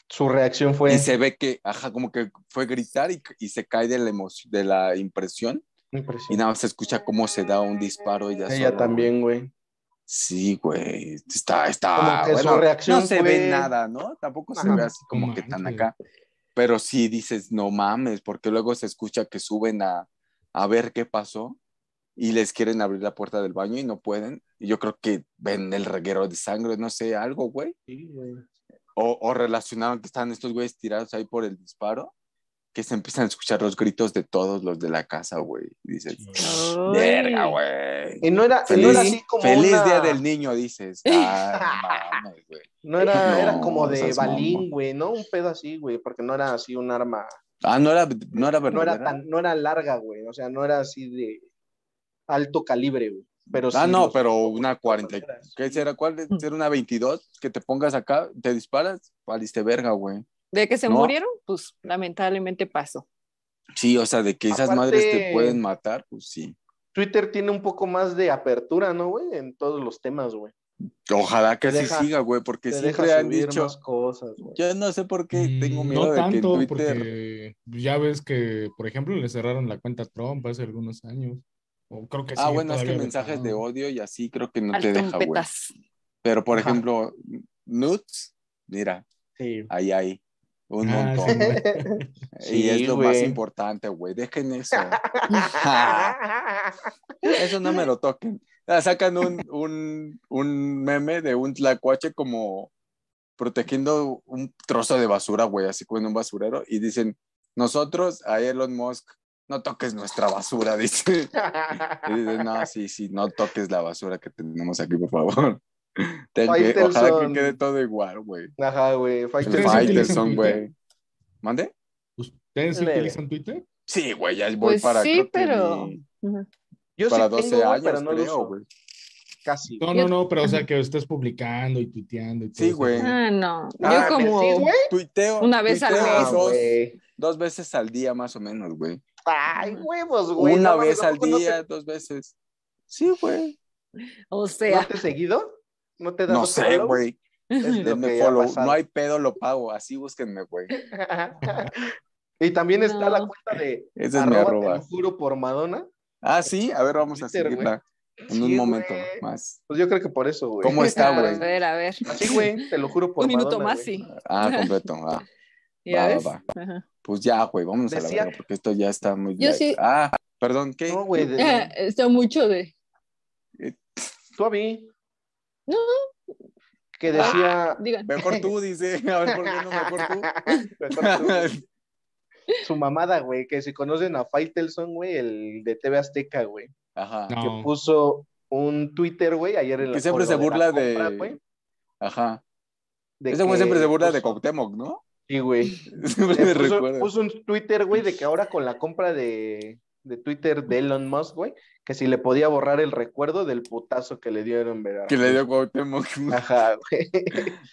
Speaker 1: Su reacción fue
Speaker 3: y se ve que, ajá, como que fue gritar y, y se cae de la, emoción, de la impresión y
Speaker 1: impresionante.
Speaker 3: nada más se escucha cómo se da un disparo ella, sola,
Speaker 1: Ella
Speaker 3: güey.
Speaker 1: también, güey.
Speaker 3: Sí, güey. Está, está.
Speaker 1: Como que su
Speaker 3: bueno,
Speaker 1: reacción
Speaker 3: no se
Speaker 1: fue-
Speaker 3: ve nada, ¿no? Tampoco se
Speaker 1: Ajá.
Speaker 3: ve así como
Speaker 4: No
Speaker 3: que tan
Speaker 4: manches.
Speaker 3: acá. Pero sí dices, no mames, porque luego se escucha que suben a, a ver qué pasó y les quieren abrir la puerta del baño y no pueden. Y Yo creo que ven el reguero de sangre, no sé, algo, güey.
Speaker 1: Sí, güey.
Speaker 3: O, o relacionaron que están estos güeyes tirados ahí por el disparo, que se empiezan a escuchar los gritos de todos los de la casa, güey. Y dices, verga,
Speaker 2: Ay.
Speaker 3: güey.
Speaker 1: Y no era, y
Speaker 3: Feliz,
Speaker 1: no era así como
Speaker 3: feliz
Speaker 1: una-
Speaker 3: día del niño, dices. Ah, no mames, güey.
Speaker 1: No era,
Speaker 3: No,
Speaker 1: era como de
Speaker 3: seas mamón.
Speaker 1: balín, güey, ¿no? Un pedo así, güey, porque no era así un arma.
Speaker 3: Ah, no era, no era
Speaker 1: No
Speaker 3: verdadera.
Speaker 1: era tan, no era larga, güey. O sea, no era así de alto calibre, güey. Pero
Speaker 3: ah,
Speaker 1: sí
Speaker 3: no,
Speaker 1: los-
Speaker 3: pero una 40. y-
Speaker 1: Era así.
Speaker 3: ¿Qué será? ¿Cuál? es? ¿Será una 22? Que te pongas acá, te disparas, valiste verga, güey.
Speaker 2: De que se
Speaker 3: No.
Speaker 2: murieron, pues lamentablemente pasó.
Speaker 3: Sí, o sea, de que esas
Speaker 1: Aparte-
Speaker 3: madres te pueden matar, pues sí.
Speaker 1: Twitter tiene un poco más de apertura, ¿no, güey? En todos los temas, güey.
Speaker 3: Ojalá que
Speaker 1: Te
Speaker 3: así
Speaker 1: deja-
Speaker 3: siga, güey, porque
Speaker 1: Te
Speaker 3: siempre
Speaker 1: deja
Speaker 3: han
Speaker 1: subir
Speaker 3: dicho.
Speaker 1: más cosas, güey.
Speaker 3: Yo no sé por qué tengo
Speaker 4: Mm,
Speaker 3: miedo
Speaker 4: no
Speaker 3: de que en
Speaker 4: tanto,
Speaker 3: Twitter.
Speaker 4: porque ya ves que, por ejemplo, le cerraron la cuenta a Trump hace algunos años. O creo que
Speaker 3: Ah,
Speaker 4: sigue
Speaker 3: bueno, es que
Speaker 4: todavía
Speaker 3: mensajes de
Speaker 4: vetado.
Speaker 3: odio y así creo que no
Speaker 2: Al
Speaker 3: te deja, güey.
Speaker 2: trompetas.
Speaker 3: Pero por
Speaker 1: Ajá.
Speaker 3: ejemplo, nudes, mira,
Speaker 1: Sí.
Speaker 3: ahí hay un
Speaker 4: Ah,
Speaker 3: montón.
Speaker 4: sí,
Speaker 3: güey.
Speaker 4: güey.
Speaker 3: y
Speaker 1: Sí,
Speaker 3: es lo
Speaker 1: güey.
Speaker 3: más importante, güey. Dejen eso. Ah, eso no me lo toquen. Ah, Sacan un, un, un meme de un tlacuache como protegiendo un trozo de basura, güey, así como en un basurero. Y dicen, nosotros a Elon Musk, no toques nuestra basura, dice. Y dicen, no, sí, sí, no toques la basura que tenemos aquí, por favor. Ten que- ojalá que
Speaker 1: Faitelson.
Speaker 3: quede todo igual, güey.
Speaker 1: Ajá, güey.
Speaker 3: Este
Speaker 1: Faitelson.
Speaker 4: Ustedes sí
Speaker 3: Faitelson,
Speaker 4: utilizan
Speaker 3: güey. ¿Mande?
Speaker 4: ¿Ustedes sí
Speaker 1: Leve.
Speaker 4: utilizan Twitter?
Speaker 3: Sí, güey, ya voy
Speaker 2: Pues
Speaker 3: para
Speaker 2: sí,
Speaker 3: creo que
Speaker 2: pero-
Speaker 3: mi-
Speaker 2: Ujú.
Speaker 1: Yo
Speaker 3: para
Speaker 1: sí
Speaker 3: 12
Speaker 1: tengo, güey,
Speaker 3: años,
Speaker 1: pero no lo
Speaker 3: creo,
Speaker 1: uso.
Speaker 3: güey.
Speaker 1: Casi.
Speaker 4: No,
Speaker 2: Yo-
Speaker 4: no, no, pero o sea que estés publicando y tuiteando y todo
Speaker 3: Sí,
Speaker 4: eso.
Speaker 3: güey.
Speaker 2: Ah, no. Yo
Speaker 3: Ah, pero
Speaker 2: como.
Speaker 1: sí, güey.
Speaker 3: Tuiteo.
Speaker 2: Una vez al
Speaker 3: tuiteo
Speaker 2: mes.
Speaker 1: Ah,
Speaker 3: Dos,
Speaker 1: güey.
Speaker 3: dos veces al día, más o menos, güey.
Speaker 1: Ay, huevos, güey.
Speaker 3: Una
Speaker 1: No mames,
Speaker 3: vez
Speaker 1: ¿a
Speaker 3: al
Speaker 1: poco no te-
Speaker 3: día, dos veces. Sí, güey.
Speaker 2: O
Speaker 1: ¿No
Speaker 2: sea.
Speaker 1: te he seguido? ¿No te das
Speaker 3: No
Speaker 1: otro
Speaker 3: sé,
Speaker 1: follow?
Speaker 3: güey.
Speaker 1: Es lo
Speaker 3: Denme
Speaker 1: que ha
Speaker 3: follow.
Speaker 1: pasado.
Speaker 3: No hay pedo, lo pago. Así búsquenme, güey.
Speaker 1: y también está la
Speaker 2: No.
Speaker 1: cuenta de
Speaker 3: Ese es
Speaker 1: arroba,
Speaker 3: mi
Speaker 1: te
Speaker 3: arroba.
Speaker 1: lo juro por Madonna.
Speaker 3: Ah, sí. A ver, vamos a
Speaker 1: Twitter, güey.
Speaker 3: seguirla en
Speaker 1: Sí,
Speaker 3: un
Speaker 1: güey.
Speaker 3: momento más.
Speaker 1: Pues yo creo que por eso, güey.
Speaker 3: ¿Cómo está,
Speaker 2: a
Speaker 3: güey?
Speaker 2: ver, a ver.
Speaker 1: Así, güey, te lo juro por
Speaker 2: Un minuto
Speaker 1: Madonna,
Speaker 2: más,
Speaker 1: güey.
Speaker 2: sí.
Speaker 3: Ah, completo. Ah,
Speaker 2: ¿Ya
Speaker 3: va, va,
Speaker 2: ves?
Speaker 3: va.
Speaker 2: Ajá.
Speaker 3: Pues ya, güey, vámonos a la
Speaker 1: Decía-
Speaker 3: verga, porque esto ya está muy.
Speaker 2: Yo
Speaker 3: light.
Speaker 2: sí-
Speaker 3: Ah, perdón, ¿qué?
Speaker 1: No, güey, de-
Speaker 2: Ah, Está mucho de.
Speaker 1: tú a mí.
Speaker 2: No.
Speaker 1: Que decía...
Speaker 2: Digan.
Speaker 3: Mejor tú, dice. A ver, ¿por qué no mejor tú?
Speaker 1: Mejor tú. su mamada, güey, que si conocen a Faitelson, güey, el de TV Azteca, güey,
Speaker 3: Ajá.
Speaker 4: No.
Speaker 1: que puso un Twitter, güey, ayer en la
Speaker 3: Que siempre se
Speaker 1: con lo
Speaker 3: burla
Speaker 1: la
Speaker 3: de-
Speaker 1: compra, güey,
Speaker 3: Ajá.
Speaker 1: de
Speaker 3: Ese güey siempre
Speaker 1: que
Speaker 3: se burla de
Speaker 1: puso-
Speaker 3: Cuauhtémoc, ¿no?
Speaker 1: Sí, güey.
Speaker 3: Siempre me
Speaker 1: Eh, puso,
Speaker 3: recuerda.
Speaker 1: puso un Twitter, güey, de que ahora con la compra de, de Twitter de Elon Musk, güey, que si le podía borrar el recuerdo del putazo que le dieron en verano.
Speaker 3: Que le dio Cuauhtémoc.
Speaker 1: Ajá, güey.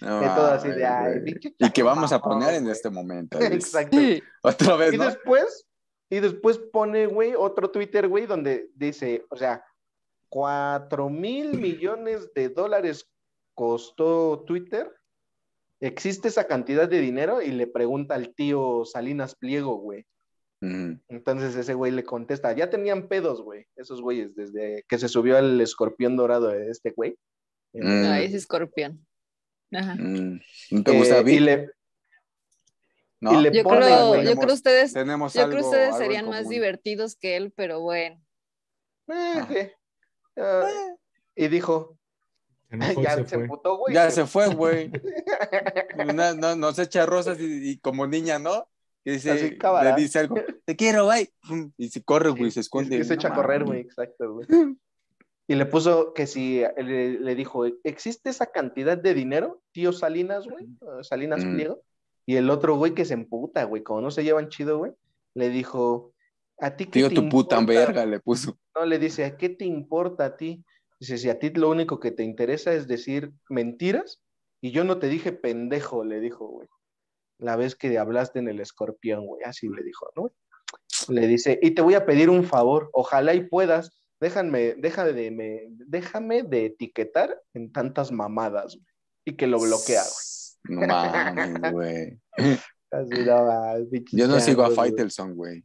Speaker 3: No
Speaker 1: De Ah, todo así de,
Speaker 3: mames,
Speaker 1: ay,
Speaker 3: güey.
Speaker 1: pinche
Speaker 3: Y que vamos a
Speaker 1: mamón,
Speaker 3: poner en
Speaker 1: güey.
Speaker 3: este momento. Alex.
Speaker 1: Exacto.
Speaker 3: Otra vez,
Speaker 1: Y
Speaker 3: ¿no?
Speaker 1: después, y después pone, güey, otro Twitter, güey, donde dice, o sea, cuatro mil millones de dólares costó Twitter. Existe esa cantidad de dinero y le pregunta al tío Salinas Pliego, güey.
Speaker 3: Ujú.
Speaker 1: Entonces ese güey le contesta, ya tenían pedos, güey, esos güeyes, desde que se subió al escorpión dorado de este güey.
Speaker 3: Mm,
Speaker 2: No, es escorpión. Ajá.
Speaker 3: mm. ¿No te
Speaker 1: Eh,
Speaker 3: gusta Vic?
Speaker 1: y le,
Speaker 3: No.
Speaker 1: y le
Speaker 2: Yo
Speaker 1: pone,
Speaker 2: creo,
Speaker 1: güey,
Speaker 2: yo
Speaker 3: amor.
Speaker 2: creo ustedes,
Speaker 3: Tenemos
Speaker 2: yo
Speaker 3: algo,
Speaker 2: creo ustedes
Speaker 3: algo en
Speaker 2: serían más
Speaker 3: común.
Speaker 2: divertidos que él, pero bueno.
Speaker 1: "Eh,
Speaker 3: Ah.
Speaker 1: eh, ah", y dijo,
Speaker 4: Se enojó y
Speaker 1: ya
Speaker 4: se
Speaker 1: se
Speaker 4: fue.
Speaker 1: emputó, güey.
Speaker 3: Ya se fue, güey. No, no, nos echa rosas y, y como niña, ¿no? Que dice,
Speaker 1: Así,
Speaker 3: le
Speaker 1: cámara.
Speaker 3: dice algo, te quiero, güey. Y se corre, güey, se esconde.
Speaker 1: Es que se
Speaker 3: No
Speaker 1: echa a correr,
Speaker 3: mames.
Speaker 1: güey, exacto, güey. Y le puso que si le, le dijo, ¿existe esa cantidad de dinero, tío Salinas, güey? Eh, Salinas
Speaker 3: Mm.
Speaker 1: Pliego. Y el otro güey que se emputa, güey, como no se llevan chido, güey, le dijo, ¿a ti qué
Speaker 3: Tío,
Speaker 1: te
Speaker 3: tu puta
Speaker 1: importa?"
Speaker 3: verga le puso.
Speaker 1: No, le dice, ¿a qué te importa a ti? Dice, si a ti lo único que te interesa es decir mentiras, y yo no te dije pendejo, le dijo, güey. La vez que hablaste en el escorpión, güey, así le dijo, ¿no? Le dice, y te voy a pedir un favor, ojalá y puedas, déjame, déjame de, me- déjame de etiquetar en tantas mamadas, güey. Y que lo bloquea, güey.
Speaker 3: No mames, güey.
Speaker 1: Así, no, ah, pinches
Speaker 3: Yo no sigo
Speaker 1: changos,
Speaker 3: a
Speaker 1: pues, güey.
Speaker 3: Faitelson, güey.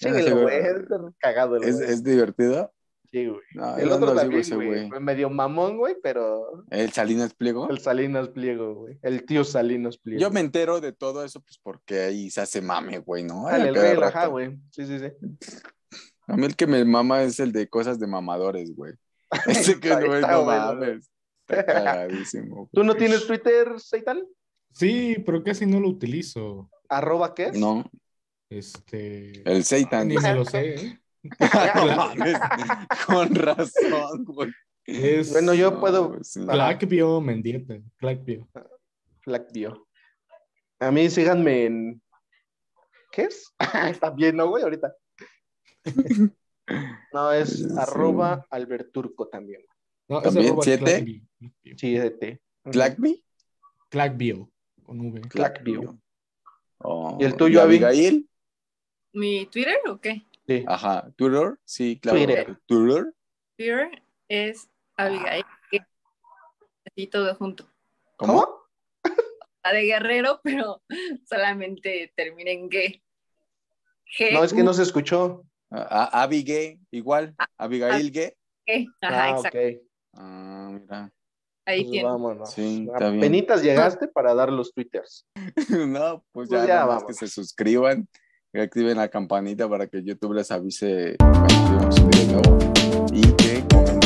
Speaker 3: Yo no
Speaker 1: Síguelo,
Speaker 3: sigo-
Speaker 1: güey, es cagado, güey.
Speaker 3: ¿Es, es divertido?
Speaker 1: Sí, güey.
Speaker 3: No,
Speaker 1: El
Speaker 3: yo
Speaker 1: otro
Speaker 3: no sigo a
Speaker 1: también,
Speaker 3: ese
Speaker 1: güey,
Speaker 3: güey.
Speaker 1: fue medio mamón, güey, pero
Speaker 3: ¿El Salinas Pliego?
Speaker 1: El Salinas Pliego, güey. El tío Salinas Pliego.
Speaker 3: Yo me entero de todo eso, pues porque ahí se hace mame, güey, ¿no?
Speaker 1: Dale,
Speaker 3: A
Speaker 1: Ah, el
Speaker 3: cada
Speaker 1: rey
Speaker 3: rato.
Speaker 1: Rajá, güey. Sí, sí, sí.
Speaker 3: A mí el que me mama es el de cosas de mamadores, güey. Ese que
Speaker 1: Está-
Speaker 3: güey,
Speaker 1: está
Speaker 3: no
Speaker 1: bueno,
Speaker 3: mames. Está cagadísimo.
Speaker 1: ¿Tú
Speaker 3: güey.
Speaker 1: no tienes Twitter, Seital?
Speaker 4: Sí, pero casi no lo utilizo.
Speaker 1: ¿Arroba qué es?
Speaker 3: No,
Speaker 4: Este.
Speaker 3: el Seitan.
Speaker 4: Ni
Speaker 3: dice.
Speaker 4: me lo sé. ¿eh?
Speaker 3: No mames, Con razón, güey.
Speaker 4: Es
Speaker 1: Bueno, yo
Speaker 3: No,
Speaker 1: puedo-
Speaker 3: güey, sí.
Speaker 1: Ajá.
Speaker 4: Blackview Mendieta. Blackview.
Speaker 1: Blackview. A mí síganme en... ¿Qué es? Está bien, ¿no, güey? Ahorita. No, es
Speaker 3: Sí.
Speaker 1: arroba Alberturco también.
Speaker 4: No, es
Speaker 3: ¿También
Speaker 4: arroba
Speaker 3: siete?
Speaker 4: Clackview. Clackview.
Speaker 1: Sí, es de T.
Speaker 3: ¿Clackby?
Speaker 4: Clackview, Con V.
Speaker 1: Clackview.
Speaker 3: Oh,
Speaker 1: ¿Y el tuyo, Abby?
Speaker 3: Abigail?
Speaker 2: ¿Mi Twitter o qué?
Speaker 1: Sí.
Speaker 3: Ajá. ¿Tutor? Sí, claro.
Speaker 1: Twitter.
Speaker 3: ¿Tutor?
Speaker 2: Twitter es Abigail. Así todo junto.
Speaker 3: ¿Cómo?
Speaker 2: La de guerrero, pero solamente termina en G. G.
Speaker 1: No, es que no se escuchó.
Speaker 3: A- a- Abby Gay, igual. Abigail Gay.
Speaker 2: G. Ajá,
Speaker 1: ah,
Speaker 2: exacto.
Speaker 1: ok.
Speaker 3: Ah, mira.
Speaker 2: Ahí
Speaker 1: Pues
Speaker 2: tiene.
Speaker 1: vámonos.
Speaker 3: Sí, está bien.
Speaker 1: Penitas llegaste para dar los Twitters.
Speaker 3: No, pues
Speaker 1: Pues
Speaker 3: ya,
Speaker 1: ya
Speaker 3: nada más
Speaker 1: vamos.
Speaker 3: que se suscriban y activen la campanita para que YouTube les avise cuando subimos un video nuevo y que comenten.